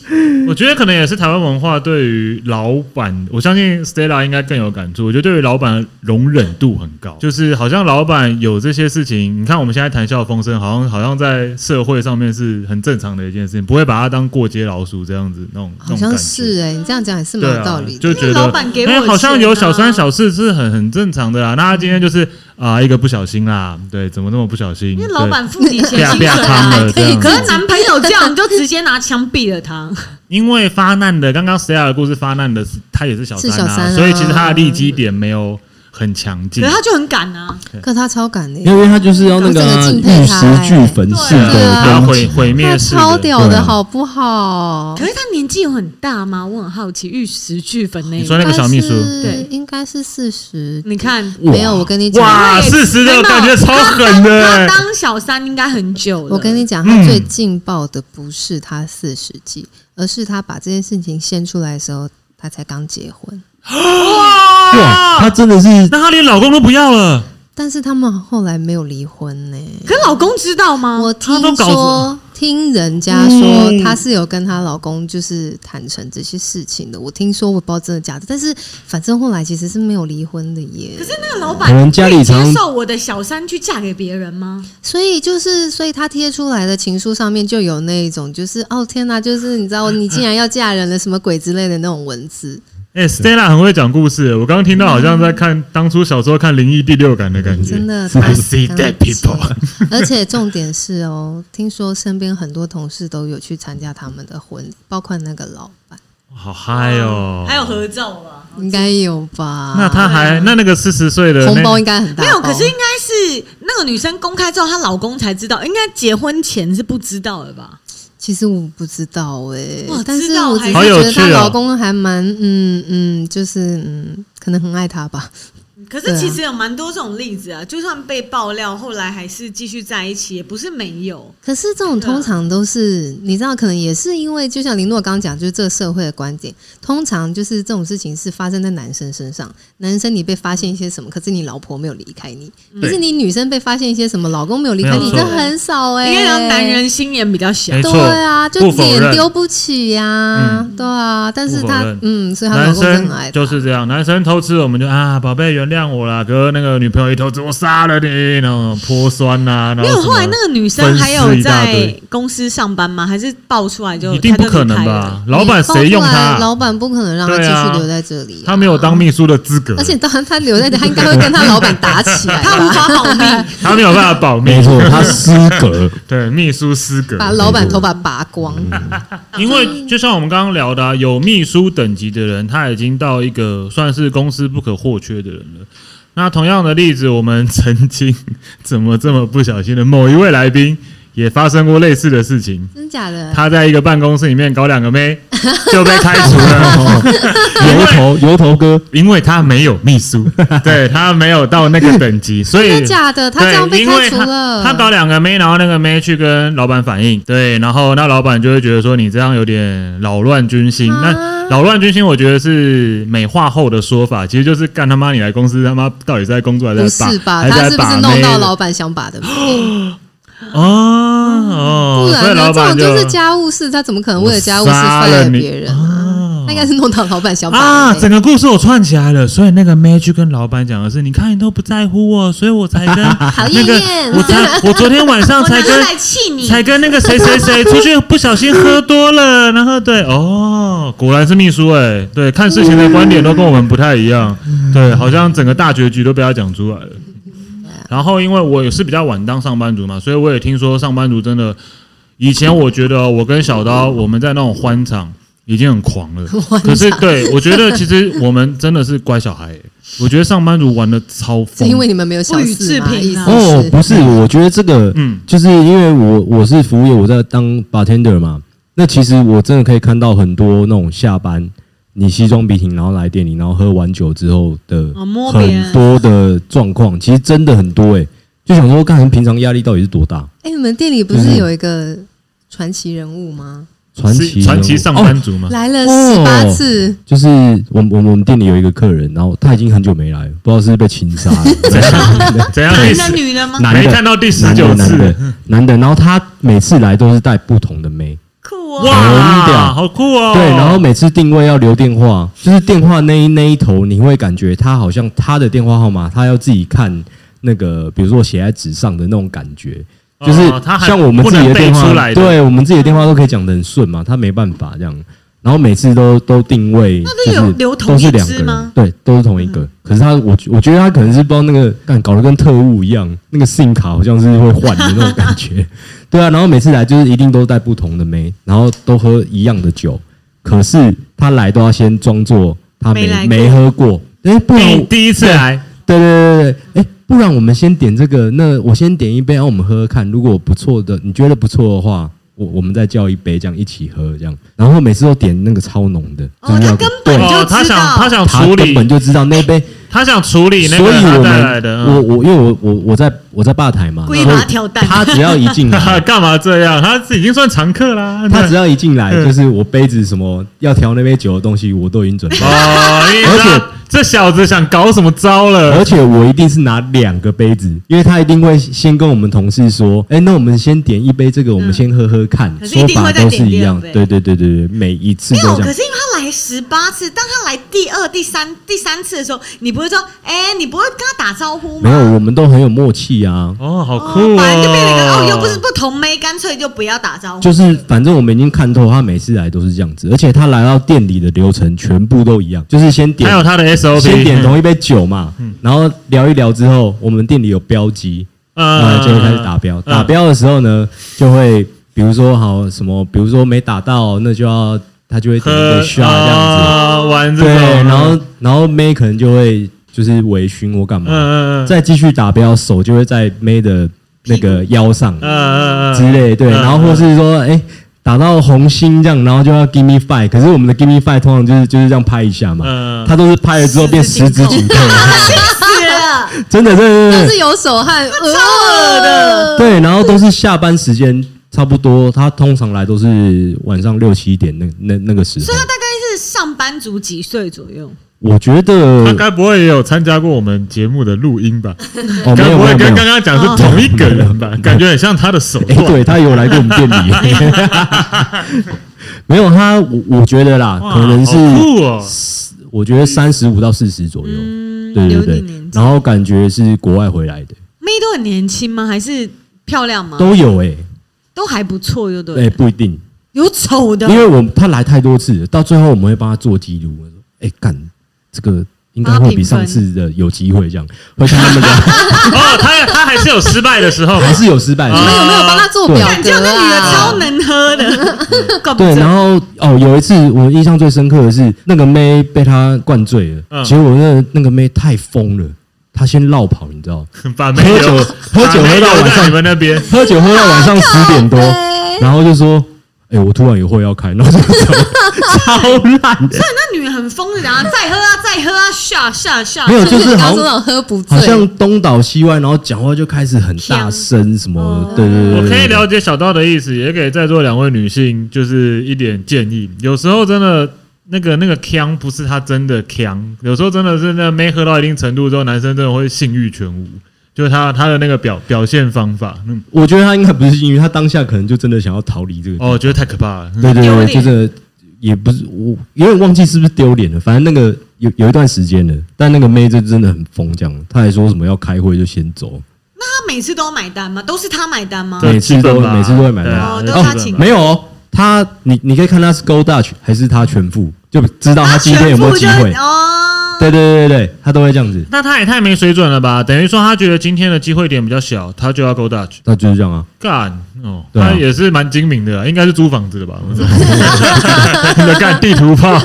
Speaker 4: 我觉得可能也是台湾文化对于老板，我相信 Stella 应该更有感触。我觉得对于老板的容忍度很高，就是好像老板有这些事情，你看我们现在谈笑风生，好像好像在社会上面是很正常的一件事情，不会把它当过街老鼠这样子那种那
Speaker 5: 好
Speaker 4: 种感
Speaker 5: 像
Speaker 4: 觉。
Speaker 5: 是哎、你这样讲也是
Speaker 4: 对
Speaker 5: 蛮有道理
Speaker 4: 啊、
Speaker 5: 的。
Speaker 4: 就觉得
Speaker 2: 老板给我
Speaker 4: 哎好像
Speaker 2: 钱
Speaker 4: 有
Speaker 2: 啊
Speaker 4: 小三小四是很很正常的啦。那他今天就是啊、一个不小心啦，对，怎么那么不小心？
Speaker 2: 因为老
Speaker 4: 对
Speaker 2: 板付你钱薪水
Speaker 4: 啪啪
Speaker 2: 啊
Speaker 4: 康，了这样
Speaker 2: 可
Speaker 4: 子，
Speaker 2: 是男朋友这样，你就直接拿枪毙了他。
Speaker 4: 你因为发难的，刚刚 Stella 的故事发难的是，他也是小
Speaker 5: 是小
Speaker 4: 三
Speaker 5: 三啊
Speaker 4: 所以其实他的立基点没有很强劲
Speaker 2: 可是。他就很敢啊，
Speaker 5: 可他超敢的耶，
Speaker 3: 因为他就是要那个啊
Speaker 5: 我
Speaker 3: 玉
Speaker 5: 真的敬佩他
Speaker 3: 石俱焚式
Speaker 2: 对
Speaker 3: 的
Speaker 4: 他
Speaker 3: 攻
Speaker 4: 啊毁
Speaker 3: 击，
Speaker 4: 毁灭
Speaker 5: 他
Speaker 4: 式
Speaker 5: 超屌
Speaker 3: 对啊
Speaker 5: 的好不好
Speaker 2: 可？是他年纪有很大吗？我很好奇，玉石俱焚那一
Speaker 4: 你说那个小秘书，
Speaker 5: 对
Speaker 2: 对，
Speaker 5: 应该是四十。
Speaker 2: 你看。
Speaker 5: 没有，我跟你讲，
Speaker 4: 哇，
Speaker 2: 因为
Speaker 4: 四十的
Speaker 2: 没有
Speaker 4: 感觉超狠的、
Speaker 2: 他
Speaker 4: 欸，
Speaker 2: 当小三应该很久了。
Speaker 5: 我跟你讲，他最劲爆的不是他四十几，而是他把这件事情掀出来的时候，他才刚结婚。
Speaker 3: 哇，啊他真的是
Speaker 4: 那她连老公都不要了，
Speaker 5: 但是他们后来没有离婚呢、
Speaker 2: 可是老公知道吗？
Speaker 5: 我
Speaker 4: 啊他都
Speaker 5: 听
Speaker 4: 搞嗯
Speaker 5: 说，听人家说她是有跟她老公就是坦诚这些事情的。我听说，我不知道真的假的，但是反正后来其实是没有离婚的耶
Speaker 2: 可。是那个老
Speaker 3: 可能
Speaker 2: 板
Speaker 3: 家里
Speaker 2: 可以
Speaker 3: 常
Speaker 2: 接受我的小三去嫁给别人吗？
Speaker 5: 所以就是，所以她贴出来的情书上面就有那一种，就是哦天哪，就是你知道你竟然要嫁人了，什么鬼之类的那种
Speaker 4: *laughs*
Speaker 5: 文字。
Speaker 4: 哎、s t e l l a 很会讲故事，我刚刚听到好像在看、当初小时候看《灵异第六感》的感觉
Speaker 5: 真。的
Speaker 4: I see
Speaker 5: 太
Speaker 4: dead people
Speaker 5: 感激了而且重点是哦，听说身边很多同事都有去参加他们的婚礼，包括那个老板，
Speaker 4: 好嗨哦！
Speaker 2: 还有合照啊？
Speaker 5: 应该有吧？
Speaker 4: 那他还那那个四十岁的
Speaker 5: 啊红包
Speaker 4: 那
Speaker 5: 应该很大
Speaker 2: 没
Speaker 5: 包，
Speaker 2: 有，可是应该是那个女生公开之后，她老公才知道，应该结婚前是不知道的吧？
Speaker 5: 其实我不知道哎、
Speaker 2: 哇
Speaker 5: 但
Speaker 2: 知
Speaker 5: 是
Speaker 2: 道
Speaker 5: 我只是
Speaker 4: 还好有
Speaker 5: 觉得
Speaker 4: 趣
Speaker 5: 她
Speaker 4: 哦
Speaker 5: 老公还蛮嗯嗯，就是嗯，可能很爱她吧。
Speaker 2: 可
Speaker 5: 对
Speaker 2: 是
Speaker 5: 啊
Speaker 2: 其实有蛮多这种例子啊，就算被爆料，后来还是继续在一起，也不是没有。
Speaker 5: 可是这种通常都是你知道，可能也是因为就像林诺刚刚讲，就是这个社会的观点，通常就是这种事情是发生在男生身上。男生你被发现一些什么，可是你老婆没有离开你，可是你女生被发现一些什么，老公没有离开
Speaker 4: 没
Speaker 5: 你，
Speaker 4: 有错
Speaker 5: 这很少哎、
Speaker 2: 应该讲男人心眼比较小
Speaker 4: 没，
Speaker 5: 对
Speaker 4: 错
Speaker 5: 啊，就
Speaker 4: 不否认嗯
Speaker 5: 脸丢不起呀、对啊，但是
Speaker 4: 不否
Speaker 5: 她
Speaker 4: 认
Speaker 5: 嗯，所以她老
Speaker 4: 男
Speaker 5: 公真的很
Speaker 4: 生
Speaker 5: 爱她
Speaker 4: 就是这样，男生偷吃我们就啊，宝贝原谅我啦，哥那个女朋友一偷吃我杀了你，然后泼酸呐、然
Speaker 2: 没有。
Speaker 4: 后什么
Speaker 2: 后来那个女生还
Speaker 4: 分
Speaker 2: 有
Speaker 4: 尸一大
Speaker 2: 在
Speaker 4: 堆
Speaker 2: 公司上班吗？还是爆出来就
Speaker 4: 一定不可
Speaker 2: 她
Speaker 4: 能
Speaker 2: 就离开了
Speaker 4: 吧？老板谁用他
Speaker 5: 你爆出来
Speaker 4: 啊？
Speaker 5: 老板不可能让他
Speaker 4: 对啊
Speaker 5: 继续留在这里、
Speaker 4: 他没有当，秘书的资格，
Speaker 5: 而且当然他留在这，他应该会跟他老板打起来
Speaker 2: 她无法
Speaker 5: 吧，
Speaker 2: 保
Speaker 4: *laughs*
Speaker 2: 命。
Speaker 4: 他没有办法保密
Speaker 3: 没。错，他失格，
Speaker 4: *laughs* 对，秘书失格，
Speaker 5: 把老板头发拔光。
Speaker 4: 嗯因为就像我们刚刚聊的、啊，有秘书等级的人，他已经到一个算是公司不可或缺的人了。那同样的例子，我们曾经怎么这么不小心的某一位来宾也发生过类似的事情。
Speaker 5: 真假的？
Speaker 4: 他在一个办公室里面搞两个妹，就被开除了，
Speaker 3: 油头油头哥，
Speaker 4: 因为他没有
Speaker 3: *laughs*
Speaker 4: 秘书，对他没有到那个等级，所以
Speaker 5: 真的假的？他
Speaker 4: 对，
Speaker 5: 这样被
Speaker 4: 因为
Speaker 5: 开除了。
Speaker 4: 他。他搞两个妹，然后那个妹去跟老板反映，对，然后那老板就会觉得说你这样有点扰乱军心。
Speaker 5: 啊
Speaker 4: 那扰乱军心，我觉得是美化后的说法，其实就是干他妈你来公司他妈到底是在工作还
Speaker 5: 不
Speaker 4: 是在
Speaker 5: 是
Speaker 4: 把
Speaker 5: 吧？
Speaker 4: 还
Speaker 5: 他
Speaker 4: 在
Speaker 5: 是不
Speaker 4: 把
Speaker 5: 是
Speaker 4: 妹
Speaker 5: 弄
Speaker 4: 的
Speaker 5: 到老板
Speaker 4: *gasps*
Speaker 5: 想把的命？
Speaker 4: 哦哦
Speaker 5: 哦不，
Speaker 4: 所以
Speaker 5: 然呢
Speaker 4: 老？
Speaker 5: 这
Speaker 4: 板
Speaker 5: 种就是家务事，他怎么可能为了家务事
Speaker 4: 我杀了
Speaker 5: fire
Speaker 4: 你
Speaker 5: 别人啊？
Speaker 4: 哦
Speaker 5: 他应该是弄到老板想把
Speaker 4: 啊，
Speaker 5: 的
Speaker 4: 整
Speaker 5: 命。
Speaker 4: 个故事我串起来了，所以那个妹去跟老板讲的是，你看你都不在乎我，所以我才跟
Speaker 5: *laughs* 讨
Speaker 4: 那
Speaker 5: 厌
Speaker 4: 个
Speaker 5: 厌
Speaker 4: 我才我昨天晚上
Speaker 2: 我
Speaker 4: 才
Speaker 2: 拿
Speaker 4: 跟
Speaker 2: 来气你，
Speaker 4: 才跟那个谁谁谁出去不小心喝多了，然后对哦，果然是秘书哎、对，看事情的观点都跟我们不太一样，
Speaker 5: 嗯
Speaker 4: 对，好像整个大结局都被他讲出来了。
Speaker 5: 啊
Speaker 4: 然后因为我也是比较晚当上班族嘛，所以我也听说上班族真的，以前我觉得哦我跟小刀我们在那种欢场已经很狂
Speaker 5: *laughs*
Speaker 4: 了，可是对我觉得其实我们真的是乖小孩欸、我觉得上班族玩的超
Speaker 5: 是
Speaker 4: 疯，
Speaker 5: 因为你们没有小
Speaker 2: 不予
Speaker 5: 事
Speaker 2: 置
Speaker 5: 吗？
Speaker 2: 评啊
Speaker 5: 意思
Speaker 3: 哦，不是，我觉得这个，
Speaker 4: 嗯
Speaker 3: 就是因为我我是服务业，我在当 bartender 嘛，那其实我真的可以看到很多那种下班。你西装笔挺，然后来店里，然后喝完酒之后的
Speaker 2: 哦摸别人
Speaker 3: 很多的状况，其实真的很多诶、就想说，看人平常压力到底是多大？
Speaker 5: 哎，你们店里不
Speaker 4: 嗯
Speaker 5: 是有一个传奇人物吗？
Speaker 3: 传
Speaker 4: 是
Speaker 3: 奇
Speaker 4: 传
Speaker 3: 人
Speaker 4: 奇
Speaker 3: 物
Speaker 4: 上
Speaker 3: 哦
Speaker 4: 班族嘛，
Speaker 5: 来了
Speaker 3: 哦
Speaker 5: 十八次，
Speaker 3: 就是我们我们我们店里有一个客人，然后他已经很久没来了，不知道是不是被情杀了，
Speaker 4: 怎样怎样意
Speaker 2: 男的
Speaker 4: 思？
Speaker 2: 女的吗？
Speaker 3: 男
Speaker 4: 没
Speaker 3: 的
Speaker 4: 看到第十
Speaker 3: 男
Speaker 4: 九
Speaker 3: 的男
Speaker 4: 次
Speaker 3: 的，男的，然后他每次来都是带不同的妹，
Speaker 2: 酷哦！
Speaker 3: 很
Speaker 4: 哇，
Speaker 3: 屌
Speaker 4: 好酷哦！
Speaker 3: 对，然后每次定位要留电话，就是电话那一那一头，你会感觉他好像他的电话号码，他要自己看那个，比如说写在纸上的那种感觉。
Speaker 4: 哦
Speaker 3: 就是
Speaker 4: 他还
Speaker 3: 像我们自己
Speaker 4: 不能
Speaker 3: 的
Speaker 4: 背
Speaker 3: 电
Speaker 4: 出
Speaker 3: 话，
Speaker 4: 来的
Speaker 3: 对我们自己的电话都可以讲得很顺嘛，他没办法这样。然后每次都都定位，
Speaker 2: 那都
Speaker 3: 就
Speaker 2: 有
Speaker 3: 是
Speaker 2: 留同
Speaker 3: 都是
Speaker 2: 一
Speaker 3: 两
Speaker 2: 只
Speaker 3: 个人
Speaker 2: 吗，嗯
Speaker 3: 对，都是同一个。可是他，我我觉得他可能是不知道那个干搞得跟特务一样，那个 SIM 卡好像是会换的那
Speaker 2: *laughs*
Speaker 3: 种感觉。对啊，然后每次来就是一定都带不同的妹，然后都喝一样的酒，可是他来都要先装作他
Speaker 2: 没
Speaker 3: 没
Speaker 2: 来过
Speaker 3: 没喝过，哎、不然
Speaker 4: 第
Speaker 3: 我
Speaker 4: 第一次来，
Speaker 3: 对对对对，对，哎，不然我们先点这个，那我先点一杯，然后我们喝喝看，如果不错的，你觉得不错的话，我我们再叫一杯，这样一起喝，这样。然后每次都点那个超浓的，
Speaker 2: 哦，
Speaker 3: 中
Speaker 2: 他
Speaker 3: 药
Speaker 2: 根
Speaker 3: 对
Speaker 2: 本就知
Speaker 4: 哦
Speaker 2: 道，，
Speaker 4: 他想他想
Speaker 3: 他
Speaker 4: 处
Speaker 3: 根
Speaker 4: 理
Speaker 3: 本就知道那杯，
Speaker 4: 他想处理那
Speaker 3: 所
Speaker 4: 个
Speaker 3: 以
Speaker 4: 他
Speaker 3: 我
Speaker 4: 带来
Speaker 3: 们
Speaker 4: 的，
Speaker 3: 我
Speaker 4: 嗯
Speaker 3: 我因为我我我在我在吧台嘛，
Speaker 2: 故意
Speaker 3: 所以
Speaker 2: 把它挑淡
Speaker 3: 他只要一进来，
Speaker 4: *laughs* 干嘛这样？他已经算常客啦。
Speaker 3: 他只要一进来，
Speaker 4: 嗯
Speaker 3: 就是我杯子什么要调那杯酒的东西，我都已经准备好。
Speaker 4: 哦，你
Speaker 3: 而且
Speaker 4: 知道这小子想搞什么招了
Speaker 2: 呃
Speaker 3: 而？且我一定是拿两个杯子，因为他一定会先跟我们同事说：“哎、那我们先点一杯这个，我们先喝喝看。
Speaker 2: 嗯可是一
Speaker 3: 说
Speaker 2: 定会
Speaker 3: 法
Speaker 2: 再
Speaker 3: 都
Speaker 2: 点
Speaker 3: 是
Speaker 2: 第
Speaker 3: 一
Speaker 2: 二
Speaker 3: 样，
Speaker 2: 杯
Speaker 3: 对对对对对，每一次
Speaker 2: 没有，
Speaker 3: 都这
Speaker 2: 可
Speaker 3: 样。
Speaker 2: 是因为他来十八次，当他来第二、第三、第三次的时候，你不会说，哎、你不会跟他打招呼
Speaker 3: 没
Speaker 2: 吗？
Speaker 3: 有，我们都很有默契啊。
Speaker 4: 哦，好
Speaker 2: 哦
Speaker 4: 酷哦！
Speaker 2: 反正就变成一个哦，又不是不同妹，干脆就不要打招呼。
Speaker 3: 就是反正我们已经看透，他每次来都是这样子，而且他来到店里的流程全部都一样，就是先点
Speaker 4: 还有嗯他的 SOP，
Speaker 3: 先点同一杯酒嘛，然后聊一聊之后，我们店里有标记，
Speaker 4: 呃
Speaker 3: 呃，就会开始打
Speaker 4: 嗯
Speaker 3: 标。打标的时候呢，就会比如说好什么，比如说没打到，那就要他就会点一
Speaker 4: 喝
Speaker 3: 个 shot 这样子。
Speaker 4: 啊玩这
Speaker 3: 对
Speaker 4: 种，，
Speaker 3: 然后然后妹可能就会就是微醺或干
Speaker 4: 嗯
Speaker 3: 嘛，
Speaker 4: 嗯嗯
Speaker 3: 再继续打标，手就会在妹的那个腰上
Speaker 4: 嗯嗯嗯
Speaker 3: 之类，对，
Speaker 4: 嗯
Speaker 3: 然后或是说哎。打到红心这样，然后就要 give me five，可是我们的 give me five 通常就是就是这样拍一下嘛，
Speaker 4: 嗯，
Speaker 3: 他都是拍了之后变
Speaker 2: 十
Speaker 3: 十
Speaker 2: 指
Speaker 3: 指
Speaker 2: 紧
Speaker 3: 紧扣，
Speaker 4: 哦
Speaker 2: 是了，
Speaker 3: *laughs* 真的真的真的
Speaker 5: 但是有手呃汗，
Speaker 2: 恶的
Speaker 3: *laughs* 对，然后都是下班时间，差不多。他通常来都是晚上六七点那那那个时候
Speaker 2: 所以。他大概是啊上班族几岁左右？
Speaker 3: 我觉得
Speaker 4: 他
Speaker 3: 哦，
Speaker 4: 该不会也有参加过我们节目的录音吧？
Speaker 3: 哦没
Speaker 4: 该
Speaker 3: 有
Speaker 4: 不
Speaker 3: 没
Speaker 4: 会
Speaker 3: 有没
Speaker 4: 跟
Speaker 3: 有
Speaker 4: 刚，刚讲是同一个人吧？感觉很像他的手
Speaker 3: 哎、
Speaker 4: 段。
Speaker 3: 对他有来过我们店里。 *laughs* 没有他，我我觉得啦，
Speaker 4: 哇，
Speaker 3: 可能是
Speaker 4: 好酷哦，
Speaker 3: 我觉得三十五到四十左右，对
Speaker 2: 嗯有
Speaker 3: 对
Speaker 2: 点
Speaker 3: 对
Speaker 2: 年。纪
Speaker 3: 然后感觉是国外回来的，
Speaker 2: 妹都很年轻吗？还是漂亮吗？都
Speaker 3: 都有哎、
Speaker 2: 还不错，就
Speaker 3: 哎、
Speaker 2: 对啊了。
Speaker 3: 不一定，
Speaker 2: 有丑的
Speaker 3: 因，为我他来太多次了，到最后我们会帮他做记录。我说，哎、干，这个应该会比上次的有机
Speaker 2: *laughs*
Speaker 3: 会，这样会看他们的。
Speaker 4: 哦，他他还是有失败的时候嘛，
Speaker 3: 哦还是有失败的。
Speaker 5: 你们有没有帮他做表
Speaker 2: 感觉
Speaker 5: 格
Speaker 2: 那女的
Speaker 5: 啊？
Speaker 2: 超能喝
Speaker 4: *laughs*
Speaker 2: 的，搞不
Speaker 3: 对，然
Speaker 2: 准。
Speaker 3: 后哦，有一次我印象最深刻的是那个妹被他灌醉了，
Speaker 4: 嗯
Speaker 3: 结果那那个妹太疯了，她先绕跑，你知道，
Speaker 4: 把
Speaker 3: 喝
Speaker 4: 妹留
Speaker 3: 酒喝酒
Speaker 4: 把妹
Speaker 3: 喝到
Speaker 4: 留
Speaker 3: 晚
Speaker 4: 在
Speaker 3: 上
Speaker 4: 你们那边，
Speaker 3: 喝酒喝到晚上十点多，然后就说：“哎、我突然有会要开。”然后就走，超烂的，
Speaker 2: 那女的很疯的，然后再喝啊，再喝啊，下下下。
Speaker 3: 没有，就
Speaker 5: 就是是刚
Speaker 3: 好
Speaker 5: 说那
Speaker 3: 像
Speaker 5: 种喝不醉，
Speaker 3: 好像东倒西歪，然后讲话就开始很大声，什么对对对对
Speaker 4: 哦我
Speaker 3: 对，
Speaker 4: 可以了解小道的意思，也给在座两位女性就是一点建议。有时候真的那个那个腔不是他真的腔，有时候真的是那没喝到一定程度之后，男生真的会性欲全无，就是他他的那个表表现方法。嗯，
Speaker 3: 我觉得他应该不是因为他当下可能就真的想要逃离这个地方
Speaker 4: 哦，我觉得太可怕了。嗯
Speaker 3: 对对
Speaker 2: 丢
Speaker 3: 对，
Speaker 2: 脸
Speaker 3: 就是也不是我有点忘记是不是丢脸了，反正那个有有一段时间了，但那个妹就真的很疯，这样，她还说什么要开会就先走，
Speaker 2: 她每次都买单吗？都是她买单吗？
Speaker 4: 这
Speaker 3: 每次
Speaker 4: 基本
Speaker 3: 都
Speaker 4: 吧
Speaker 3: 每次都会买
Speaker 4: 对啊
Speaker 2: 哦
Speaker 4: 这
Speaker 2: 都他
Speaker 4: 基本
Speaker 2: 请
Speaker 4: 吧
Speaker 3: 没有哦，她你你可以看她是 Go Dutch 还是她全付，就知道她今天有没有机
Speaker 2: 全部
Speaker 3: 会
Speaker 2: 就。哦，
Speaker 3: 对对对对对，她都会这样子，
Speaker 4: 那他也太没水准了吧？等于说他觉得今天的机会点比较小，他就要 go Dutch
Speaker 3: 她就是这样啊，
Speaker 4: 干哦，
Speaker 3: 对啊
Speaker 4: 他也是蛮精明的啊啦，应该是租房子
Speaker 3: *laughs*
Speaker 4: 的吧？我操你在干地图炮，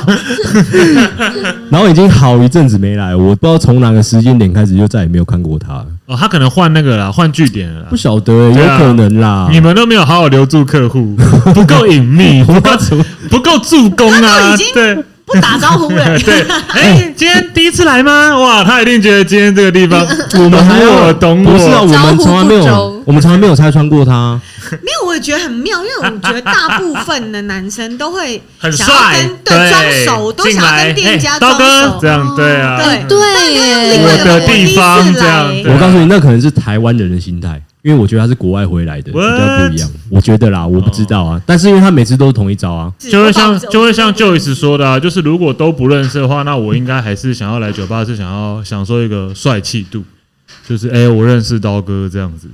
Speaker 3: 然后已经好一阵子没来，我不知道从哪个时间点开始就再也没有看过她了，
Speaker 4: 哦，他可能换那个啦，换据点了啦
Speaker 3: 不。晓得欸
Speaker 4: 对
Speaker 3: 有
Speaker 4: 啊
Speaker 3: 可能啦，
Speaker 4: 你们都没有好好留住客
Speaker 3: *laughs*
Speaker 4: 户，不够隐秘，不够 *laughs* 不够助攻
Speaker 2: 他都
Speaker 4: 啊
Speaker 2: 已经！哎
Speaker 4: 对
Speaker 2: 不打招呼
Speaker 3: *laughs*
Speaker 2: 了。
Speaker 4: 对，哎，今天第一次来吗？哇，他一定觉得今天这个
Speaker 2: *laughs*
Speaker 4: 地方
Speaker 3: 我
Speaker 4: 懂
Speaker 3: 们还
Speaker 4: 我
Speaker 3: 有
Speaker 4: 懂
Speaker 3: 不是啊，我
Speaker 4: 我，
Speaker 3: 们从来没
Speaker 5: 招呼不周
Speaker 3: 有，我们从来没有拆穿过
Speaker 2: *laughs*
Speaker 3: 她。啊
Speaker 2: 没有，我也觉得很妙，因为我觉得大部分的男生都会
Speaker 4: 很
Speaker 2: 想要
Speaker 4: 帅
Speaker 2: 跟，对装
Speaker 4: 对，
Speaker 2: 熟，都
Speaker 4: 进
Speaker 2: 想要
Speaker 4: 来，
Speaker 2: 跟
Speaker 4: 哎
Speaker 2: 店家，
Speaker 4: 刀
Speaker 2: 装
Speaker 4: 哥啊
Speaker 2: 熟哦
Speaker 4: 这。样对啊，
Speaker 2: 对
Speaker 5: 对耶，
Speaker 4: 我的地方
Speaker 2: 我第一次来
Speaker 4: 这样，对啊
Speaker 3: 我告诉你，那可能是台湾人的心态，因为我觉得他是国外回来的，比
Speaker 4: What？
Speaker 3: 较不一样。我觉得啦，我不知道啊，但是因为他每次都是同一招啊，
Speaker 4: 就会像就会像 Joyce 说的啊，就是如果都不认识的话，那我应该还是想要来酒吧，是想要享受一个帅气度，就是哎、我认识刀哥这样子。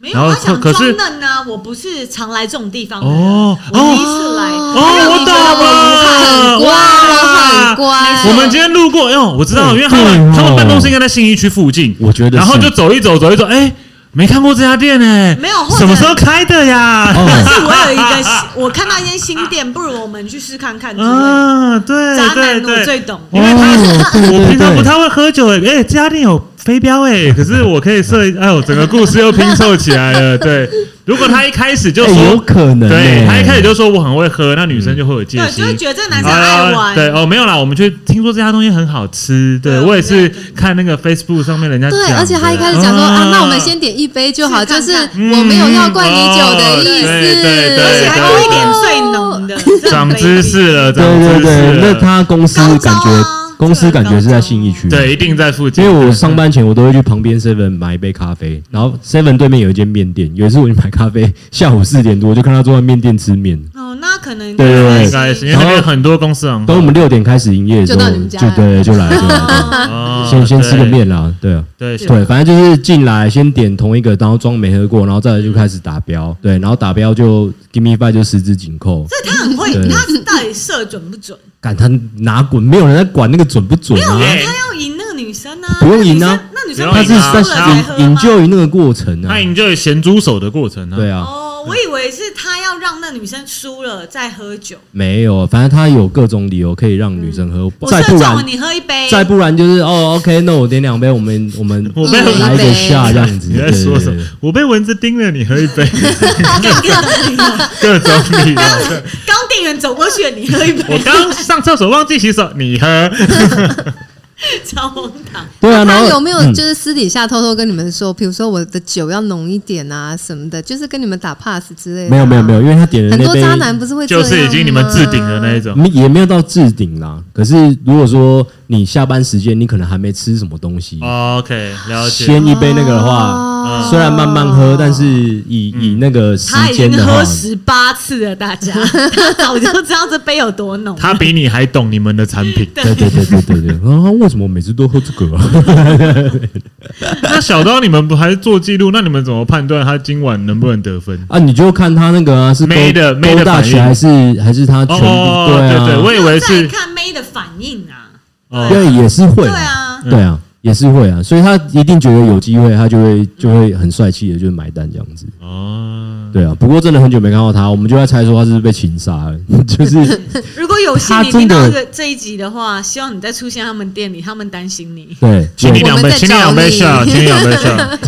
Speaker 2: 没
Speaker 4: 然
Speaker 2: 有，
Speaker 4: 后
Speaker 2: 我想
Speaker 4: 可可
Speaker 2: 装
Speaker 4: 是
Speaker 2: 嫩呢，我不是常来这种地方的人，
Speaker 4: 哦
Speaker 2: 我第一次来。
Speaker 4: 哦，我懂了，
Speaker 5: 哇，我很乖，
Speaker 4: 我们今天路过，哎呦，我知道，
Speaker 3: 嗯
Speaker 4: 因为他
Speaker 3: 对
Speaker 4: 们
Speaker 3: 哦
Speaker 4: 他们办公室应该在信义区附近，
Speaker 3: 我觉得是
Speaker 4: 然后就走一走，走一走，哎，没看过这家店呢，
Speaker 2: 没有或者
Speaker 4: 什么时候开的呀？
Speaker 2: 或
Speaker 3: *laughs* 哦
Speaker 2: 者是我有一个新，我看到一间新店，不如我们去试看看之类的。
Speaker 4: *laughs* 啊，对
Speaker 2: 渣
Speaker 4: 对
Speaker 2: 男我
Speaker 4: 对
Speaker 2: 最，懂，
Speaker 4: 因为他
Speaker 3: 哦对对
Speaker 4: 我平常
Speaker 3: 对
Speaker 4: 不太会喝酒诶，哎，这家店有飞镖诶，可是我可以设，哎呦，整个故事又拼凑起来了。对，如果他一开始就
Speaker 3: 哎有
Speaker 4: 说，
Speaker 3: 可能
Speaker 4: 对
Speaker 3: 欸
Speaker 4: 他一开始就说我很会喝，那女生就会有戒
Speaker 2: 对，就
Speaker 4: 心
Speaker 2: 会。觉得这男生
Speaker 4: 啊
Speaker 2: 爱玩。
Speaker 4: 对哦，没有啦，我们去听说这家东西很好吃，对
Speaker 2: 对
Speaker 4: 我也
Speaker 2: 我们
Speaker 4: 是
Speaker 2: 在
Speaker 4: 看那个 Facebook 上面人家
Speaker 5: 对，
Speaker 4: 讲
Speaker 5: 而且他一
Speaker 4: 的嗯
Speaker 5: 开始讲说啊，那我们先点一杯就好，
Speaker 2: 试
Speaker 5: 就
Speaker 2: 看看
Speaker 5: 是我没有要灌你酒的
Speaker 4: 嗯
Speaker 5: 意
Speaker 4: 哦对对
Speaker 5: 思，
Speaker 4: 对
Speaker 2: 而且还
Speaker 4: 对
Speaker 2: 多一点最浓的，这很
Speaker 4: *laughs* 长
Speaker 2: 卑
Speaker 4: 知
Speaker 2: 鄙
Speaker 4: 识了，
Speaker 3: 对
Speaker 4: 长知
Speaker 3: 对
Speaker 4: 识
Speaker 3: 对，
Speaker 4: 了
Speaker 3: 那他公司
Speaker 2: 高招
Speaker 3: 感
Speaker 2: 啊
Speaker 3: 觉公司感觉是在信义区，
Speaker 4: 对一定在附近，
Speaker 3: 因为我上班前我都会去旁边 Seven 买一杯咖啡，然后 Seven 对面有一间面店，有一次我去买咖啡，下午四点多我就看他坐在面店吃面，
Speaker 2: 哦，那可能
Speaker 3: 对对对
Speaker 4: 应该是因为那边很多公司行
Speaker 3: 等我们六点开始营业的时候，
Speaker 5: 就到你们家
Speaker 3: 就对就来了，就来
Speaker 4: *laughs*
Speaker 3: 了
Speaker 4: 哦
Speaker 3: 先先吃个面啦，对啊。
Speaker 4: 对对
Speaker 3: 对，反正就是进来先点同一个，然后装没喝过，然后再来就开始打标，对，然后打标就 give me five 就十指紧扣，
Speaker 2: 这他很会
Speaker 3: 对，
Speaker 2: 他到底射准不准？哦
Speaker 3: 干他拿滚，没有人在管那个准不准啊，
Speaker 4: 哎
Speaker 2: 他要赢那个女生啊，
Speaker 3: 不用赢啊
Speaker 2: 那女生
Speaker 4: 不
Speaker 2: 那
Speaker 3: 他
Speaker 2: 女
Speaker 4: 用
Speaker 3: 是
Speaker 2: 生
Speaker 4: 赢
Speaker 2: 输
Speaker 4: 啊
Speaker 3: 在
Speaker 2: 了才喝
Speaker 3: 引引
Speaker 2: 吗？
Speaker 3: 咎于那个过程啊
Speaker 4: 那，你就有咸猪手的过程啊，
Speaker 3: 对啊，
Speaker 2: 哦，我以为是他要让那女生输了再喝酒。
Speaker 3: 没有，反正他有各种理由可以让女生喝，
Speaker 5: 嗯
Speaker 2: 我
Speaker 3: 再
Speaker 2: 射
Speaker 3: 不
Speaker 2: 中
Speaker 3: 然
Speaker 2: 了，你喝一杯。
Speaker 3: 再不然就是哦，OK，那我点两杯，我们我们
Speaker 4: 我被
Speaker 5: 嗯
Speaker 3: 来一
Speaker 5: 一
Speaker 3: 个
Speaker 5: 杯
Speaker 3: 下这样子，
Speaker 4: 你在说什
Speaker 3: 对
Speaker 4: 么
Speaker 3: 对对？
Speaker 4: 我被蚊子叮了，你喝一杯，
Speaker 2: 刚
Speaker 4: 各种理
Speaker 3: *laughs*
Speaker 4: 由。
Speaker 2: 刚店员走过去，你喝一
Speaker 4: 我
Speaker 2: 杯，
Speaker 4: 刚上厕所忘记洗手，你
Speaker 3: *laughs*
Speaker 4: 喝。
Speaker 2: *laughs* 超荒唐。
Speaker 3: 对啊，
Speaker 5: 那
Speaker 3: 然
Speaker 5: 他
Speaker 3: 后
Speaker 5: 有没有
Speaker 3: 嗯
Speaker 5: 就是私底下偷偷跟你们说，比如说我的酒要浓一点啊什么的，就是跟你们打 pass 之类的、啊
Speaker 3: 没有没有没有，，因为他点的
Speaker 5: 很
Speaker 3: 那
Speaker 5: 多
Speaker 3: 杯
Speaker 5: 渣男不是会这
Speaker 4: 就
Speaker 5: 样啊
Speaker 4: 是已经你们置顶的那一
Speaker 5: 吗
Speaker 4: 种，
Speaker 3: 没也没有到置顶啦。可是如果说你下班时间你可能还没吃什么东西，
Speaker 4: OK，了解。啊
Speaker 3: 先一杯那个的
Speaker 2: 啊
Speaker 3: 话，
Speaker 5: 哦
Speaker 3: 虽然慢慢喝，但是以
Speaker 4: 嗯
Speaker 3: 以那个时
Speaker 2: 他已
Speaker 3: 间
Speaker 2: 经
Speaker 3: 的话
Speaker 2: 喝，十八次了，大家，他早就知道这杯有多
Speaker 3: *laughs*
Speaker 2: 浓。
Speaker 4: 他比你还懂你们的产品。
Speaker 3: 对对对对对对， *laughs* 啊，为什么我每次都喝这个啊？ *laughs*
Speaker 4: 那小刀，你们不还是做记录？那你们怎么判断他今晚能不能得分？
Speaker 3: 啊，你就看他那个啊，是
Speaker 4: 妹的妹的
Speaker 3: 大
Speaker 4: 反应
Speaker 3: 学还是还是他全部
Speaker 4: 哦，
Speaker 3: 啊？
Speaker 4: 对，我以为
Speaker 2: 再
Speaker 4: 是
Speaker 2: 看妹的反应啊，
Speaker 4: 哦，
Speaker 3: 对，也是会
Speaker 2: 对
Speaker 3: 啊，
Speaker 2: 啊，
Speaker 4: 嗯
Speaker 3: 对啊，也是会啊，所以他一定觉得有机会，他就会就会很帅气的就买单这样子，
Speaker 4: 哦，
Speaker 3: 对啊。不过真的很久没看到他，我们就在猜说他是不是被情杀了， *laughs* 就是
Speaker 2: 如果有幸你
Speaker 3: 他真
Speaker 2: 听
Speaker 3: 的
Speaker 2: 到这这一集的话，希望你再出现他们店里，他们担心你。
Speaker 3: 对，
Speaker 4: 请你
Speaker 3: 对
Speaker 4: 两杯，请你两杯下，请你两杯
Speaker 3: *laughs*
Speaker 4: 下。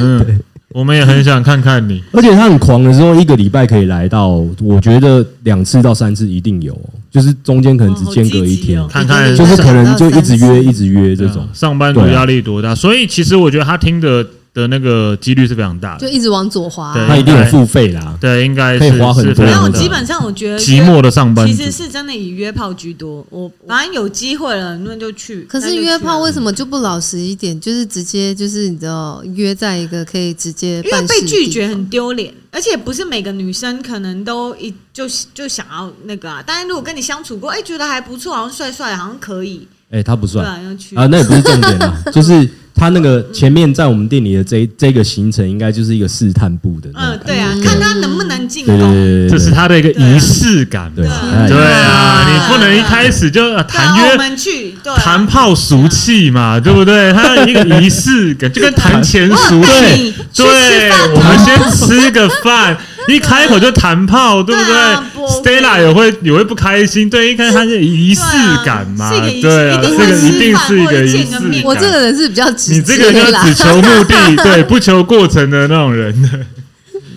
Speaker 4: 嗯，我们也很想看看你。
Speaker 3: 而且他很狂的时候，一个礼拜可以来到，我觉得两次到三次一定有，就是中间可能只间隔一天，
Speaker 2: 哦好积极哦
Speaker 4: 看看
Speaker 3: 就是可能就一直约一
Speaker 5: 直
Speaker 3: 直约这种啊
Speaker 4: 啊。上班族压力多大？所以其实我觉得他听的的那个几率是非常大
Speaker 5: 就
Speaker 4: 的。
Speaker 5: 一直往左滑。
Speaker 4: 对
Speaker 2: 啊
Speaker 3: 他一定有付费啦，
Speaker 4: 对，应该是
Speaker 3: 可以花很
Speaker 4: 是
Speaker 3: 多
Speaker 4: 非
Speaker 2: 没
Speaker 4: 常
Speaker 2: 有，
Speaker 3: 的
Speaker 4: 大
Speaker 2: 基本上我觉得
Speaker 4: 寂寞的上班
Speaker 2: 其
Speaker 4: 族
Speaker 2: 实是真的以约炮居多。我反正有机会了，那就去。
Speaker 5: 可
Speaker 2: 那
Speaker 5: 是
Speaker 2: 就去啊
Speaker 5: 约炮
Speaker 2: 了
Speaker 5: 为什么就不老实一点？就是直接就是你知道约在一个可以直接
Speaker 2: 因为
Speaker 5: 办事
Speaker 2: 被
Speaker 5: 的
Speaker 2: 拒绝
Speaker 5: 地方
Speaker 2: 很丢脸，而且不是每个女生可能都一就就想要那个啊。当然，如果跟你相处过，哎、觉得还不错，好像帅帅的，好像可以，
Speaker 3: 哎，他不
Speaker 2: 对
Speaker 3: 算
Speaker 2: 啊，要去。
Speaker 3: 啊，那
Speaker 2: *laughs*
Speaker 3: 也不是重点啦，就是他那个前面在我们店里的这这个行程，应该就是一个试探部的那
Speaker 2: 嗯，
Speaker 3: 种感
Speaker 2: 对啊，
Speaker 5: 嗯
Speaker 2: 看他能不能进
Speaker 3: 觉，对对
Speaker 2: 攻。
Speaker 3: 对对对，
Speaker 4: 这是他的一个仪式感。
Speaker 3: 对
Speaker 2: 啊
Speaker 3: 哎
Speaker 4: 对啊，
Speaker 2: 对
Speaker 4: 你不能一开始就
Speaker 2: 对啊，
Speaker 4: 呃谈
Speaker 2: 我
Speaker 4: 约。
Speaker 2: 们去对啊
Speaker 4: 谈炮俗气嘛，对不对？它有一个仪式感，就跟谈钱俗
Speaker 2: 带
Speaker 4: 气
Speaker 2: 你。去吃
Speaker 4: 对，
Speaker 2: 饭
Speaker 4: 我们先吃个
Speaker 2: *laughs*
Speaker 4: 饭，一开口就谈炮，对不
Speaker 2: 对啊不
Speaker 4: 对？Stella 也会也会不开心，对，一看它是仪式感嘛，
Speaker 2: 对啊是一个仪式
Speaker 4: 对啊，
Speaker 2: 一定
Speaker 4: 这
Speaker 2: 会
Speaker 4: 个
Speaker 2: 吃饭
Speaker 4: 一定
Speaker 2: 或者
Speaker 4: 是一个仪
Speaker 2: 见
Speaker 4: 式
Speaker 2: 个面啊
Speaker 4: 感。
Speaker 5: 我这个人是比较直
Speaker 4: 你这个
Speaker 5: 接
Speaker 4: 就
Speaker 5: 啦
Speaker 4: 只，求目的，对，不求过程的那种人。 *laughs*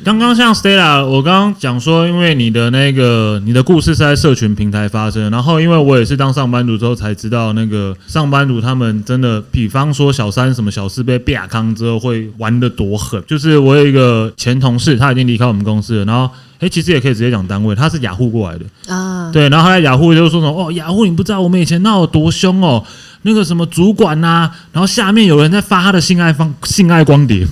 Speaker 4: 刚刚像 Stella，我刚刚讲说，因为你的那个你的故事是在社群平台发生的，然后因为我也是当上班族之后才知道，那个上班族他们真的，比方说小三什么小四被啪康之后会玩的多狠。就是我有一个前同事，他已经离开我们公司了，然后诶，其实也可以直接讲单位，他是雅虎过来的，
Speaker 5: *laughs* 啊，
Speaker 4: 对，然后后来雅虎就说什么哦，雅虎你不知道我们以前闹有多凶哦，那个什么主管呐、然后下面有人在发他的性爱方性爱光碟，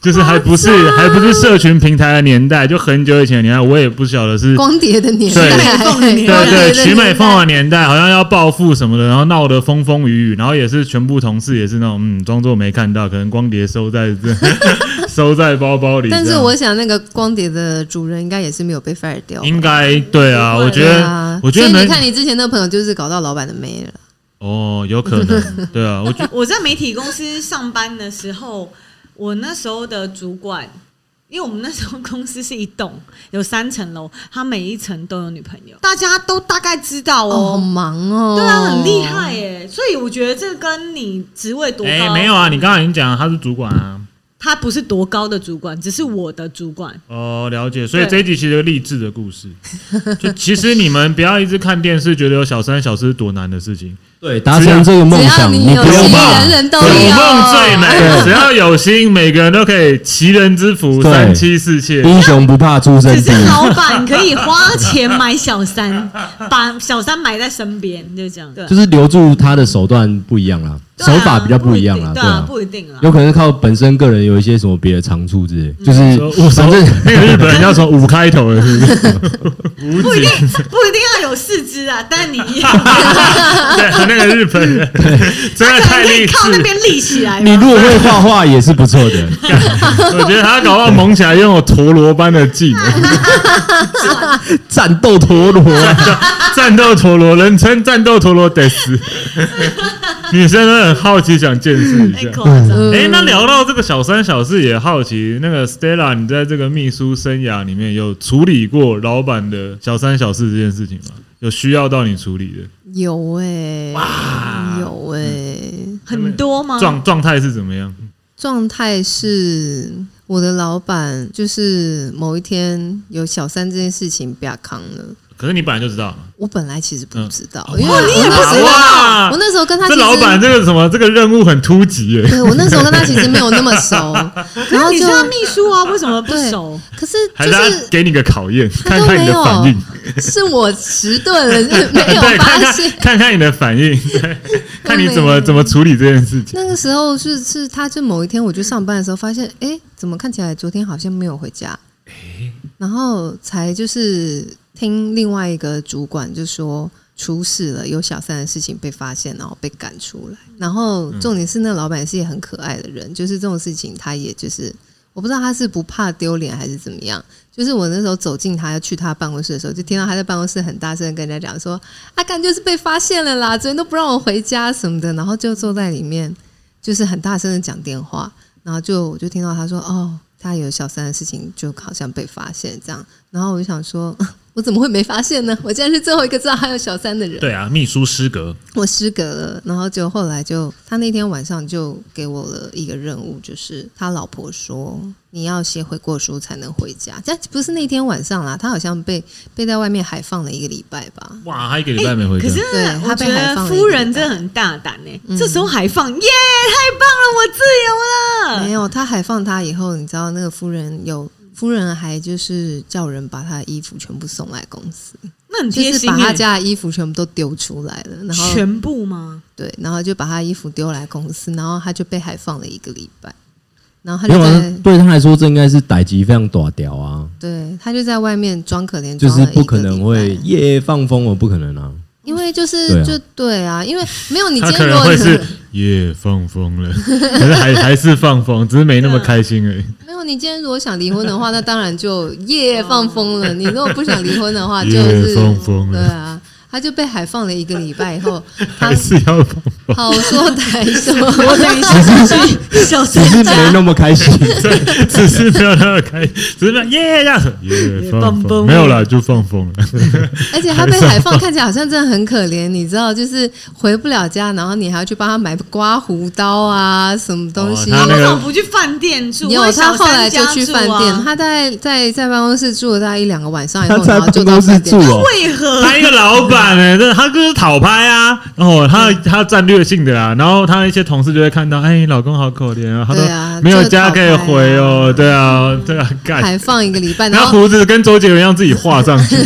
Speaker 4: 就是还不
Speaker 5: 哦啊
Speaker 4: 是还不是社群平台的年代，就很久以前的年代，我也不晓得是。
Speaker 5: 光碟的年代，
Speaker 4: 对
Speaker 2: 光碟的年代
Speaker 4: 对对，曲美凤
Speaker 5: 啊，
Speaker 4: 的年代好像要报复什么的，然后闹得风风雨雨，然后也是全部同事也是那种嗯装作没看到，可能光碟收在 *laughs* 收在包包里这样。
Speaker 5: 但是我想那个光碟的主人应该也是没有被 fire 掉。
Speaker 4: 应该对啊，
Speaker 2: 不会
Speaker 4: 我觉
Speaker 5: 对
Speaker 4: 得、
Speaker 5: 啊，
Speaker 4: 我觉得
Speaker 5: 所以
Speaker 4: 能
Speaker 5: 你看你之前那朋友就是搞到老板的妹了， *laughs*
Speaker 4: 哦有可能对啊，我觉得
Speaker 2: 我在媒体公司上班的时候，我那时候的主管，因为我们那时候公司是一栋有三层楼，他每一层都有女朋友，大家都大概知道
Speaker 5: 哦，好
Speaker 2: 哦。
Speaker 5: 忙哦，
Speaker 2: 对啊，很厉害耶！所以我觉得这跟你职位多高、
Speaker 4: 哎，没有啊，你刚刚已经讲了他是主管啊。
Speaker 2: 他不是多高的主管，只是我的主管。
Speaker 4: 哦，了解。所以
Speaker 2: 对
Speaker 4: 这一集其实是个励志的
Speaker 2: *laughs*
Speaker 4: 故事。就其实你们不要一直看电视，觉得有小三小四是多难的事情。
Speaker 3: 对，达成这个梦
Speaker 5: 只要
Speaker 3: 想，
Speaker 5: 你有
Speaker 3: 不用
Speaker 5: 心，
Speaker 3: 怕
Speaker 5: 人。人都
Speaker 2: 啊
Speaker 4: 有
Speaker 5: 有。
Speaker 4: 啊梦最美，
Speaker 3: 对
Speaker 4: 只要有心，每个人都可以齐人之福，
Speaker 3: 对
Speaker 4: 三妻四妾。
Speaker 3: 英雄不怕出身
Speaker 2: 只
Speaker 3: 低
Speaker 2: 是，老板可以花钱买小三，把小三埋在身边，就这样。对，
Speaker 3: 就是留住他的手段不一样啦，
Speaker 2: 对啊
Speaker 3: 手法比较不一样啦，
Speaker 2: 定
Speaker 3: 对
Speaker 2: 对
Speaker 3: 啊
Speaker 2: 啊，，不一定啦。
Speaker 3: 有可能靠本身个人有一些什么别的长处之类，就是
Speaker 4: 说五
Speaker 3: 反正
Speaker 4: *laughs* 那 *laughs* 个日本人叫什么五开头的，是不是？ *laughs* 五
Speaker 2: 不一
Speaker 4: 井
Speaker 2: 定，不一定要有四肢啊，但你
Speaker 4: 对，那个日本
Speaker 2: *laughs*
Speaker 4: 人真的太
Speaker 2: 可
Speaker 4: 励
Speaker 2: 以靠那
Speaker 4: 志。
Speaker 2: 边立起来
Speaker 3: *laughs* 你
Speaker 2: 嘛。
Speaker 3: 如果会画画也是不错的，
Speaker 4: 我觉得他搞到猛起来拥有陀螺般的技能，
Speaker 3: 战斗陀螺
Speaker 4: 战斗陀螺，人称战斗陀螺得
Speaker 5: *laughs*
Speaker 4: 死。女生都很好奇，想见识一
Speaker 2: 太
Speaker 4: 下。
Speaker 2: 夸张
Speaker 5: 嗯
Speaker 2: 了。
Speaker 4: 哎、那聊到这个小三小四，也好奇那个 Stella，你在这个秘书生涯里面有处理过老板的小三小四这件事情吗？有需要到你处理的
Speaker 5: 有哎、有哎、
Speaker 4: 嗯
Speaker 2: 很多
Speaker 5: 嗯
Speaker 2: 吗？
Speaker 4: 状状态是怎么样？
Speaker 5: 状态是我的老板，就是某一天有小三这件事情被他扛了。
Speaker 4: 可是你本来就知道，
Speaker 5: 我本来其实不知道，
Speaker 4: 嗯
Speaker 5: 因为我
Speaker 4: 你也不知道哇
Speaker 5: 我那时候跟他
Speaker 4: 这
Speaker 5: 其实
Speaker 4: 老板这个什么这个任务很突击
Speaker 5: *laughs*
Speaker 4: 耶、
Speaker 5: 对我那时候跟他其实没有那么熟，
Speaker 4: *laughs*
Speaker 5: 然后
Speaker 2: 你
Speaker 5: 就是
Speaker 2: 他秘书啊，为什么不
Speaker 5: 对
Speaker 2: 熟？
Speaker 5: 可是
Speaker 4: 还
Speaker 5: 就是
Speaker 4: 他
Speaker 5: 是
Speaker 4: 给你个考验，
Speaker 5: 他
Speaker 4: 看
Speaker 5: 都
Speaker 4: 看
Speaker 5: 没
Speaker 4: 你的反
Speaker 5: 有
Speaker 4: 应，，
Speaker 5: *laughs* 是我迟钝了，是 *laughs* 嗯没
Speaker 4: *laughs*
Speaker 5: 有
Speaker 4: 对，看
Speaker 5: 发
Speaker 4: 看
Speaker 5: 现。 *laughs*
Speaker 4: 看看你的反应，对，看你怎
Speaker 5: 没
Speaker 4: 么
Speaker 5: 有
Speaker 4: 怎么处理这件事情。
Speaker 5: 那个时候是是，他就某一天我去上班的时候，发现哎、诶怎么看起来昨天好像没有回家？然后才就是听另外一个主管就说出事了，有小三的事情被发现，然后被赶出来。然后
Speaker 4: 嗯
Speaker 5: 重点是那老板是也很可爱的人，就是这种事情他也就是我不知道他是不怕丢脸还是怎么样。就是我那时候走进他要去他办公室的时候，就听到他在办公室很大声地跟人家讲说：“阿干就是被发现了啦，昨天都不让我回家什么的。”然后就坐在里面，就是很大声的讲电话，然后就我就听到他说：“哦，他有小三的事情，就好像被发现这样。”然后我就想说，我怎么会没发现呢？我竟然是最后一个知道他有小三的人。
Speaker 4: 对啊，秘书失格，
Speaker 5: 我失格了，然后就后来就他那天晚上就给我了一个任务，就是他老婆说你要写悔过书才能回家，但不是那天晚上啦，他好像被被在外面海放了一个礼拜吧。
Speaker 4: 哇，他一个
Speaker 5: 哎
Speaker 4: 礼拜没回
Speaker 2: 可
Speaker 4: 家
Speaker 2: 是，
Speaker 5: 对
Speaker 2: 我
Speaker 5: 他
Speaker 2: 觉
Speaker 5: 被海
Speaker 2: 得
Speaker 5: 放了
Speaker 2: 夫
Speaker 5: 一个嗯
Speaker 2: 人
Speaker 5: 礼拜
Speaker 2: 真的很大胆呢、这时候还放，耶，太棒了，我自由了。
Speaker 5: 没有，他海放他以后，你知道那个夫人有夫人还就是叫人把他的衣服全部送来公司，
Speaker 2: 那很
Speaker 5: 就
Speaker 2: 贴
Speaker 5: 是
Speaker 2: 心、
Speaker 5: 把
Speaker 2: 欸，
Speaker 5: 他家的衣服全部都丢出来了，然后
Speaker 2: 全部吗？
Speaker 5: 对，然后就把他衣服丢来公司，然后他就被海放了一个礼拜，然后他
Speaker 3: 没
Speaker 5: 就
Speaker 3: 有啊
Speaker 5: 在，
Speaker 3: 对他来说这应该是歹级非常短屌啊，
Speaker 5: 对，他就在外面装可怜，
Speaker 3: 就
Speaker 5: 装
Speaker 3: 是
Speaker 5: 了一
Speaker 3: 不可
Speaker 5: 个
Speaker 3: 能
Speaker 5: 礼
Speaker 3: 会
Speaker 5: 拜
Speaker 3: 耶放风哦，不可能啊。
Speaker 5: 因为就是
Speaker 3: 对啊
Speaker 5: 就对啊，因为没有你
Speaker 4: 他
Speaker 5: 今
Speaker 4: 可
Speaker 5: 天如
Speaker 4: 能 *laughs*
Speaker 5: 果
Speaker 4: 会是耶放风了， *laughs* 可是还还是放风，只是没那么开心而已。
Speaker 5: 没有你今天如果想离婚的话，那当然就耶放
Speaker 4: *laughs*
Speaker 5: 风了。你如果不想离婚的话，就
Speaker 4: 耶
Speaker 5: 是
Speaker 4: 放风了
Speaker 5: 对啊，他就被海放了一个礼拜以后，他
Speaker 4: *laughs* 还是要放
Speaker 5: *laughs*
Speaker 4: 风。
Speaker 5: 好说歹说，
Speaker 2: 我
Speaker 4: *laughs*
Speaker 2: 等一下去 *laughs* 小
Speaker 3: 只
Speaker 2: 三
Speaker 3: 是没
Speaker 2: 家。
Speaker 3: 那么开心，
Speaker 5: 啊
Speaker 4: 对，只是没有那么开，只是没有耶这样子耶放
Speaker 2: 放
Speaker 4: 风，
Speaker 2: 风
Speaker 4: 没有啦，就放风了。
Speaker 5: 而且他被海放看起来好像真的很可怜，你知道，就是回不了家，然后你还要去帮他买刮胡刀啊，什么东西。
Speaker 4: 哦他那
Speaker 2: 为
Speaker 4: 个
Speaker 2: 什么不去饭店住？
Speaker 5: 有，
Speaker 2: 为
Speaker 5: 他
Speaker 2: 小
Speaker 5: 后来
Speaker 2: 三
Speaker 5: 就
Speaker 2: 家
Speaker 5: 去
Speaker 2: 住
Speaker 5: 饭店，
Speaker 2: 啊
Speaker 5: 他在在在办公室住了大概一两个晚上以
Speaker 3: 他
Speaker 5: 后，
Speaker 3: 在
Speaker 5: 然后啊就
Speaker 3: 办
Speaker 5: 到
Speaker 3: 公室
Speaker 5: 饭
Speaker 3: 住
Speaker 5: 店。
Speaker 3: 哦，
Speaker 2: 啊为何？
Speaker 4: 他一个老板呢、这他就是讨拍啊，然、后他他战略性的啊啦，然后他一些同事就会看到，哎，老公好可怜啊，他
Speaker 5: 对啊
Speaker 4: 都没有家可以回哦，
Speaker 5: 就
Speaker 4: 对啊，对啊，
Speaker 5: 还
Speaker 4: 干，
Speaker 5: 放一个礼
Speaker 3: *laughs*
Speaker 5: 拜，然
Speaker 4: 然后
Speaker 5: 后
Speaker 4: 胡子跟周杰伦一样自己画上
Speaker 5: *laughs*
Speaker 4: 去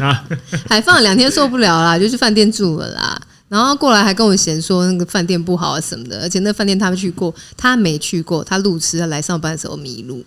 Speaker 4: 啊，
Speaker 5: 还放两天受不了啦，就去饭店住了啦。然后过来还跟我嫌说那个饭店不好啊什么的，而且那饭店他们去过，他没去过，他路痴，他来上班的时候迷路，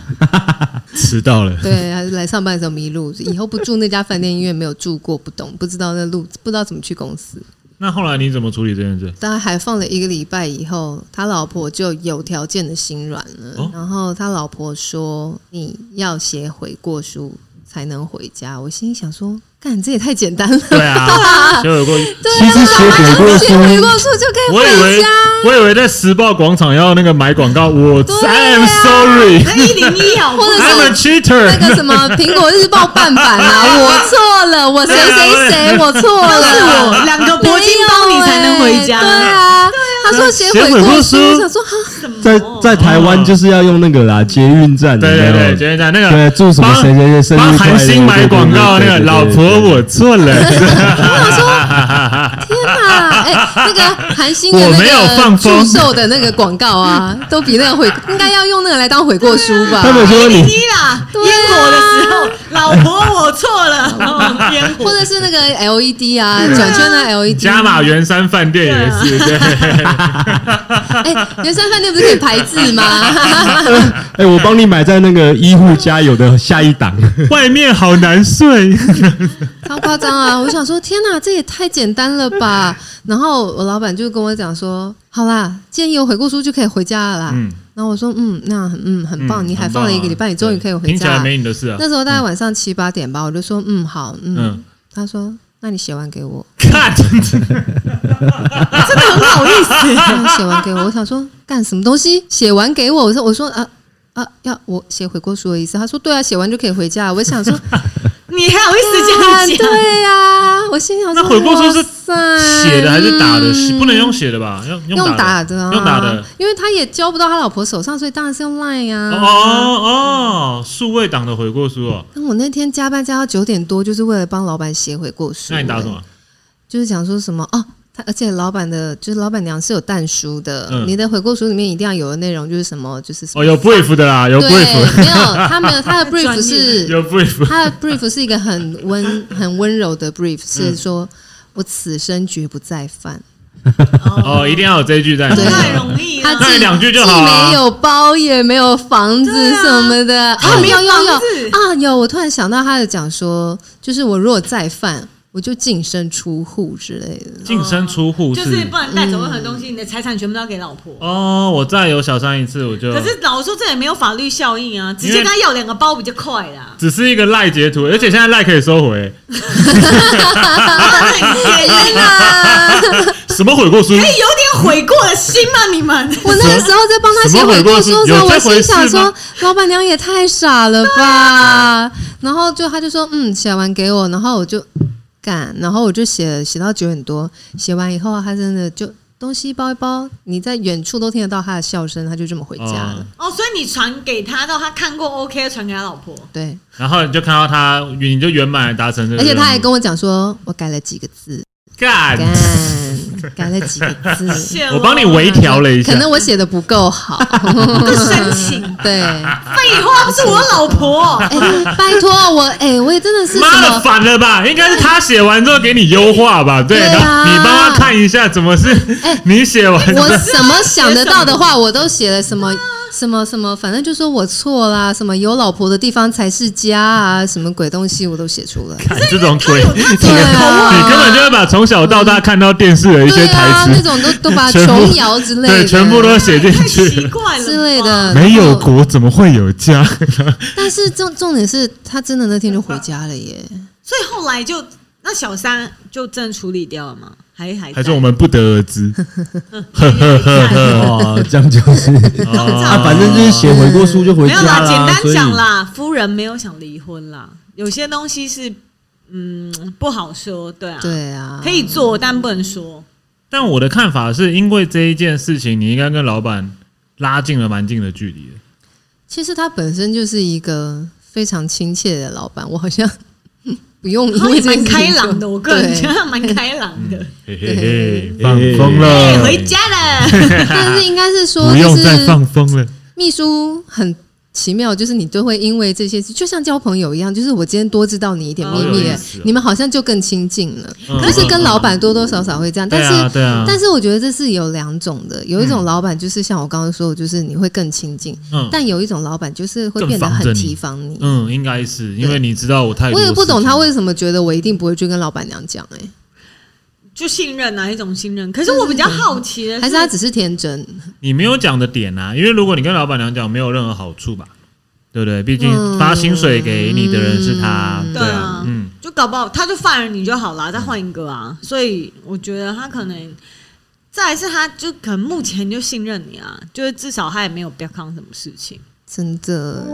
Speaker 5: *laughs*
Speaker 4: 迟到了，
Speaker 5: 对，他来上班的时候迷路，以后不住那家饭店，因为没有住过，不懂，不知道那路，不知道怎么去公司。
Speaker 4: 那后来你怎么处理这件事？
Speaker 5: 大概还放了一个礼拜以后，他老婆就有条件的心软了。
Speaker 4: 哦
Speaker 5: 然后他老婆说：“你要写悔过书才能回家。我心里想说，干这也太简单了，
Speaker 4: 对
Speaker 5: *laughs*
Speaker 4: 啊，就有过。
Speaker 3: 其实写悔过书
Speaker 5: 写回过书就可以
Speaker 4: 我以
Speaker 5: 回
Speaker 4: 为
Speaker 5: 家。
Speaker 4: 我以为在时报广场要那个买广告，我
Speaker 5: 对啊
Speaker 4: I am sorry，I'm
Speaker 2: 那一零
Speaker 5: *laughs*
Speaker 2: 一啊好不
Speaker 5: 或者是
Speaker 4: a
Speaker 5: 那
Speaker 4: cheater。
Speaker 5: 个什么《苹果日报》半
Speaker 4: *laughs*
Speaker 5: 版啊，我错了，我谁谁谁，我错了，
Speaker 2: *laughs* 是我两个铂金包你才能回家。
Speaker 5: 没有欸对啊，他说写
Speaker 4: 写
Speaker 5: 悔
Speaker 4: 悔过书
Speaker 5: 书，我想说哈，
Speaker 3: 在在台湾就是要用那个啦，捷运站有
Speaker 4: 对
Speaker 3: 没
Speaker 4: 对
Speaker 3: 有
Speaker 4: 对，觉得在那
Speaker 3: 对
Speaker 4: 个
Speaker 3: 祝什么谁谁谁生
Speaker 4: 帮
Speaker 3: 日快乐
Speaker 4: 韩星买广告
Speaker 3: 对
Speaker 4: 那个
Speaker 3: 对对对
Speaker 4: 老
Speaker 3: 对
Speaker 4: 婆，我错了， *laughs*
Speaker 5: 天哪！哎、那个韩星的
Speaker 4: 我
Speaker 5: 那
Speaker 4: 没有
Speaker 5: 个
Speaker 4: 放风
Speaker 5: 祝寿的那个广告啊，都比那个悔应该要用那个来当悔过书吧？
Speaker 3: 他们说
Speaker 2: 一零
Speaker 3: 你
Speaker 2: 一啦，
Speaker 5: 啊
Speaker 2: 烟火的时候，老婆我错
Speaker 5: *laughs*
Speaker 2: 了，哦烟火
Speaker 5: 或者是那个 LED 啊，转
Speaker 4: *laughs*
Speaker 5: 圈的 LED
Speaker 4: 加码圆山饭店也是对。
Speaker 5: 啊哎，圆山饭店不是可以排字吗？ *laughs*
Speaker 3: *laughs* 哎，我帮你买在那个医护加油的下一档，
Speaker 5: *laughs*
Speaker 4: 外面好难睡，
Speaker 5: 嗯超夸张啊！我想说，天哪，这也太简单了吧！然后我老板就跟我讲说，好啦，既然有悔过书就可以回家了啦。
Speaker 4: 嗯
Speaker 5: 然后我说，嗯，那很嗯很棒，
Speaker 4: 嗯
Speaker 5: 你还
Speaker 4: 很棒
Speaker 5: 放了一
Speaker 4: 啊
Speaker 5: 个礼拜，你终于可以回
Speaker 4: 听起
Speaker 5: 家
Speaker 4: 来
Speaker 5: 了。
Speaker 4: 没你的事啊
Speaker 5: 那。时候大概晚上七八点吧，我就说，嗯，好，嗯。
Speaker 4: 嗯
Speaker 5: 他说，那你写完给
Speaker 4: *laughs*
Speaker 5: 我，
Speaker 4: 看，
Speaker 2: 真的很好
Speaker 5: *laughs*
Speaker 2: 意思。
Speaker 5: 那你写完给我。我想说，干什么东西？写完给我？我说，我说啊啊，要我写悔过书的意思。他说，对啊，写完就可以回家。我
Speaker 4: *laughs*
Speaker 5: 想说，
Speaker 2: 你还好意思这样
Speaker 5: 干 *laughs*
Speaker 2: 讲？
Speaker 5: 对呀、我心想说，
Speaker 4: 那悔过书是
Speaker 5: 哇塞
Speaker 4: 写的还是打的？
Speaker 5: 嗯
Speaker 4: 不能用写的吧？用
Speaker 5: 用打
Speaker 4: 打
Speaker 5: 的、啊，
Speaker 4: 用打的。，
Speaker 5: 因为他也交不到他老婆手上，所以当然是用 Line 啊。
Speaker 4: 哦哦，数位党的悔过书哦。
Speaker 5: 那我那天加班加到九点多，就是为了帮老板写悔过书。
Speaker 4: 那你打什么？
Speaker 5: 就是讲说什么哦，他而且老板的，就是老板娘是有淡书的，
Speaker 4: 嗯
Speaker 5: 你的悔过书里面一定要有的内容就是什么，就是什么
Speaker 4: 哦，有 brief 的啦，有
Speaker 5: 对，
Speaker 4: brief，
Speaker 5: 没有他
Speaker 4: *laughs*
Speaker 5: 没有他的
Speaker 2: 专业
Speaker 5: brief 是
Speaker 4: 有 brief。
Speaker 5: 他的 brief 是一个很温很温柔的 brief，是
Speaker 4: 嗯
Speaker 5: 说、我此生绝不再犯。
Speaker 4: 哦，一定要有这一句在里
Speaker 5: 哦对啊
Speaker 4: 面。
Speaker 2: 太容易
Speaker 5: 他
Speaker 2: 了
Speaker 4: 那。
Speaker 5: 既
Speaker 4: 两句就好啊
Speaker 5: 既没有包，也没有房子
Speaker 2: 对啊
Speaker 5: 什么的。啊，有
Speaker 2: 没有
Speaker 5: 有有
Speaker 2: 房子
Speaker 5: 啊，有！我突然想到，他有讲说，就是我如果再犯，我就净身出户之类的。
Speaker 4: 净身出户
Speaker 2: 就是不能带走任何东西，你的财产全部都要给老婆。
Speaker 4: 哦，我再有小三一次，我就
Speaker 2: 可是老实说，这也没有法律效应啊，直接
Speaker 4: 啊因为
Speaker 2: 跟他要两个包比较快啦。
Speaker 4: 只是一个赖截图，而且现在赖可以收回，
Speaker 5: *laughs* 天哪！
Speaker 4: 什么悔过
Speaker 3: 嗯
Speaker 4: 书？
Speaker 2: 可以有点悔过的心吗？你
Speaker 5: *laughs*
Speaker 2: 们？
Speaker 5: 我那时候在帮他写悔过书的时
Speaker 4: 什
Speaker 5: 候，
Speaker 4: 么
Speaker 5: 我
Speaker 4: 悔过书
Speaker 5: 心想
Speaker 4: 有这回事
Speaker 5: 说，老板娘也太傻了吧。然后就他就说，嗯，写完给我，然后我就干，然后我就写写到九点多，写完以后，啊他真的就。东西包一包，你在远处都听得到他的笑声，他就这么回家了。
Speaker 4: 嗯
Speaker 2: 哦，所以你传给他，到他看过 OK，传给他老婆。
Speaker 5: 对，
Speaker 4: 然后你就看到他，你就圆满地达成这个
Speaker 5: 而
Speaker 4: 任务。
Speaker 5: 且他还跟我讲说，我改了几个字，
Speaker 4: 干
Speaker 5: 干，改了几个字，
Speaker 4: 我帮你微调 *laughs* 了一下
Speaker 5: 可，能我写的不够好。
Speaker 2: 不申请。
Speaker 5: *laughs* 对，哎、
Speaker 2: 废话，不是我老婆。
Speaker 5: *laughs* 拜托我，哎、我也真的是
Speaker 4: 妈
Speaker 5: 什
Speaker 4: 的
Speaker 5: 么。
Speaker 4: 反了吧？应该是他写完之后给你优化
Speaker 5: *laughs*
Speaker 4: 吧？对，
Speaker 5: 对啊
Speaker 4: 然后你帮他看一下怎么是
Speaker 5: 哎
Speaker 4: 你写完 *laughs*
Speaker 5: 我
Speaker 4: 的。
Speaker 5: 什么想得到的话，我都写了什么什么什么，反正就说我错啦，什么有老婆的地方才是家啊，什么鬼东西我都写出来。
Speaker 4: 看这种鬼，你
Speaker 5: 对啊，
Speaker 4: 根本就会把从小到大看到电视的一些
Speaker 5: 对
Speaker 4: 台
Speaker 5: 啊，那
Speaker 4: 词，
Speaker 5: 种都都把
Speaker 4: 全部
Speaker 5: 琼瑶之类的，
Speaker 4: 对，全部都写进
Speaker 2: 哎太
Speaker 4: 去
Speaker 5: *laughs*
Speaker 2: 奇。怪了
Speaker 5: 之类。的，
Speaker 4: 没
Speaker 5: 然
Speaker 4: 有
Speaker 5: 后
Speaker 4: 国怎么会有家？ *laughs*
Speaker 5: 但是重重点是他真的那天就回家了耶。
Speaker 2: 所以后来就那小三就真的处理掉了吗？还还
Speaker 4: 还是我们不得而知？ *laughs*
Speaker 2: 呵呵
Speaker 3: *laughs*
Speaker 2: 呵。
Speaker 3: 哇，哦这样就是啊，反正就是写悔过书就回
Speaker 2: 没
Speaker 3: 家
Speaker 2: 有啦，简
Speaker 3: 啦，所
Speaker 2: 单
Speaker 3: 以
Speaker 2: 讲啦，夫人没有想离婚啦，有些东西是嗯不好说，对啊，
Speaker 5: 对啊，
Speaker 2: 可以做但不能说。
Speaker 4: 但我的看法是因为这一件事情，你应该跟老板拉近了蛮近的距离的。
Speaker 5: 其实他本身就是一个非常亲切的老板，我好像 *laughs* 不用因
Speaker 2: 然后
Speaker 5: 为
Speaker 2: 也
Speaker 5: 这
Speaker 2: 蛮
Speaker 5: 件事
Speaker 2: 开
Speaker 5: 情
Speaker 2: 朗的，我个人
Speaker 5: 对
Speaker 2: 觉得蛮开朗的。
Speaker 4: 嘿嘿
Speaker 5: 嘿
Speaker 4: 嘿
Speaker 5: 嘿，
Speaker 4: 放风
Speaker 2: 哎
Speaker 4: 了，
Speaker 2: 回家了， *laughs*
Speaker 5: *laughs* 但是应该是说，
Speaker 4: 不
Speaker 5: 就
Speaker 4: 用再
Speaker 5: 是
Speaker 4: 放风了。
Speaker 5: 秘书很奇妙，就是你都会因为这些事，就像交朋友一样，就是我今天多知道你一点秘
Speaker 2: 好
Speaker 5: 密
Speaker 4: 有意
Speaker 5: 了
Speaker 4: 思哦，
Speaker 5: 你们好像就更亲近了。
Speaker 4: 嗯
Speaker 5: 就是跟老板多多少少会这样，但
Speaker 4: 对啊
Speaker 5: 是
Speaker 4: 对啊
Speaker 5: 但是我觉得这是有两种的，有一种老板就是像我刚刚说的，就是你会更亲近，
Speaker 4: 嗯
Speaker 5: 但有一种老板就是会变得很提防你。
Speaker 4: 嗯，应该是因为你知道我太多
Speaker 5: 我也不懂他
Speaker 4: 事
Speaker 5: 为什么觉得我一定不会去跟老板娘讲，哎，
Speaker 2: 就信任啊，一种信任。可是我比较好奇的
Speaker 5: 还是他只是天真？
Speaker 4: 情你没有讲的点啊，因为如果你跟老板娘讲，没有任何好处吧？对不对？毕竟发薪水给你的人是他，
Speaker 2: 对
Speaker 4: 对啊
Speaker 2: 啊，，
Speaker 4: 嗯，
Speaker 2: 就搞不好他就 fire 你就好啦，再换一个啊。所以我觉得他可能，再来是他就可能目前就信任你啊，就是至少他也没有不要抗什么事情。
Speaker 5: 真的。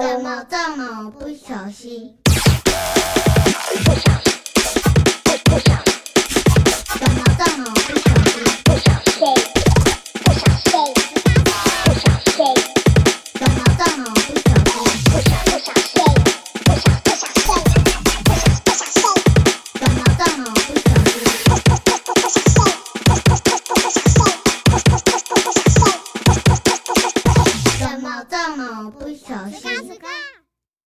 Speaker 1: 怎么这么不小心？怎么这么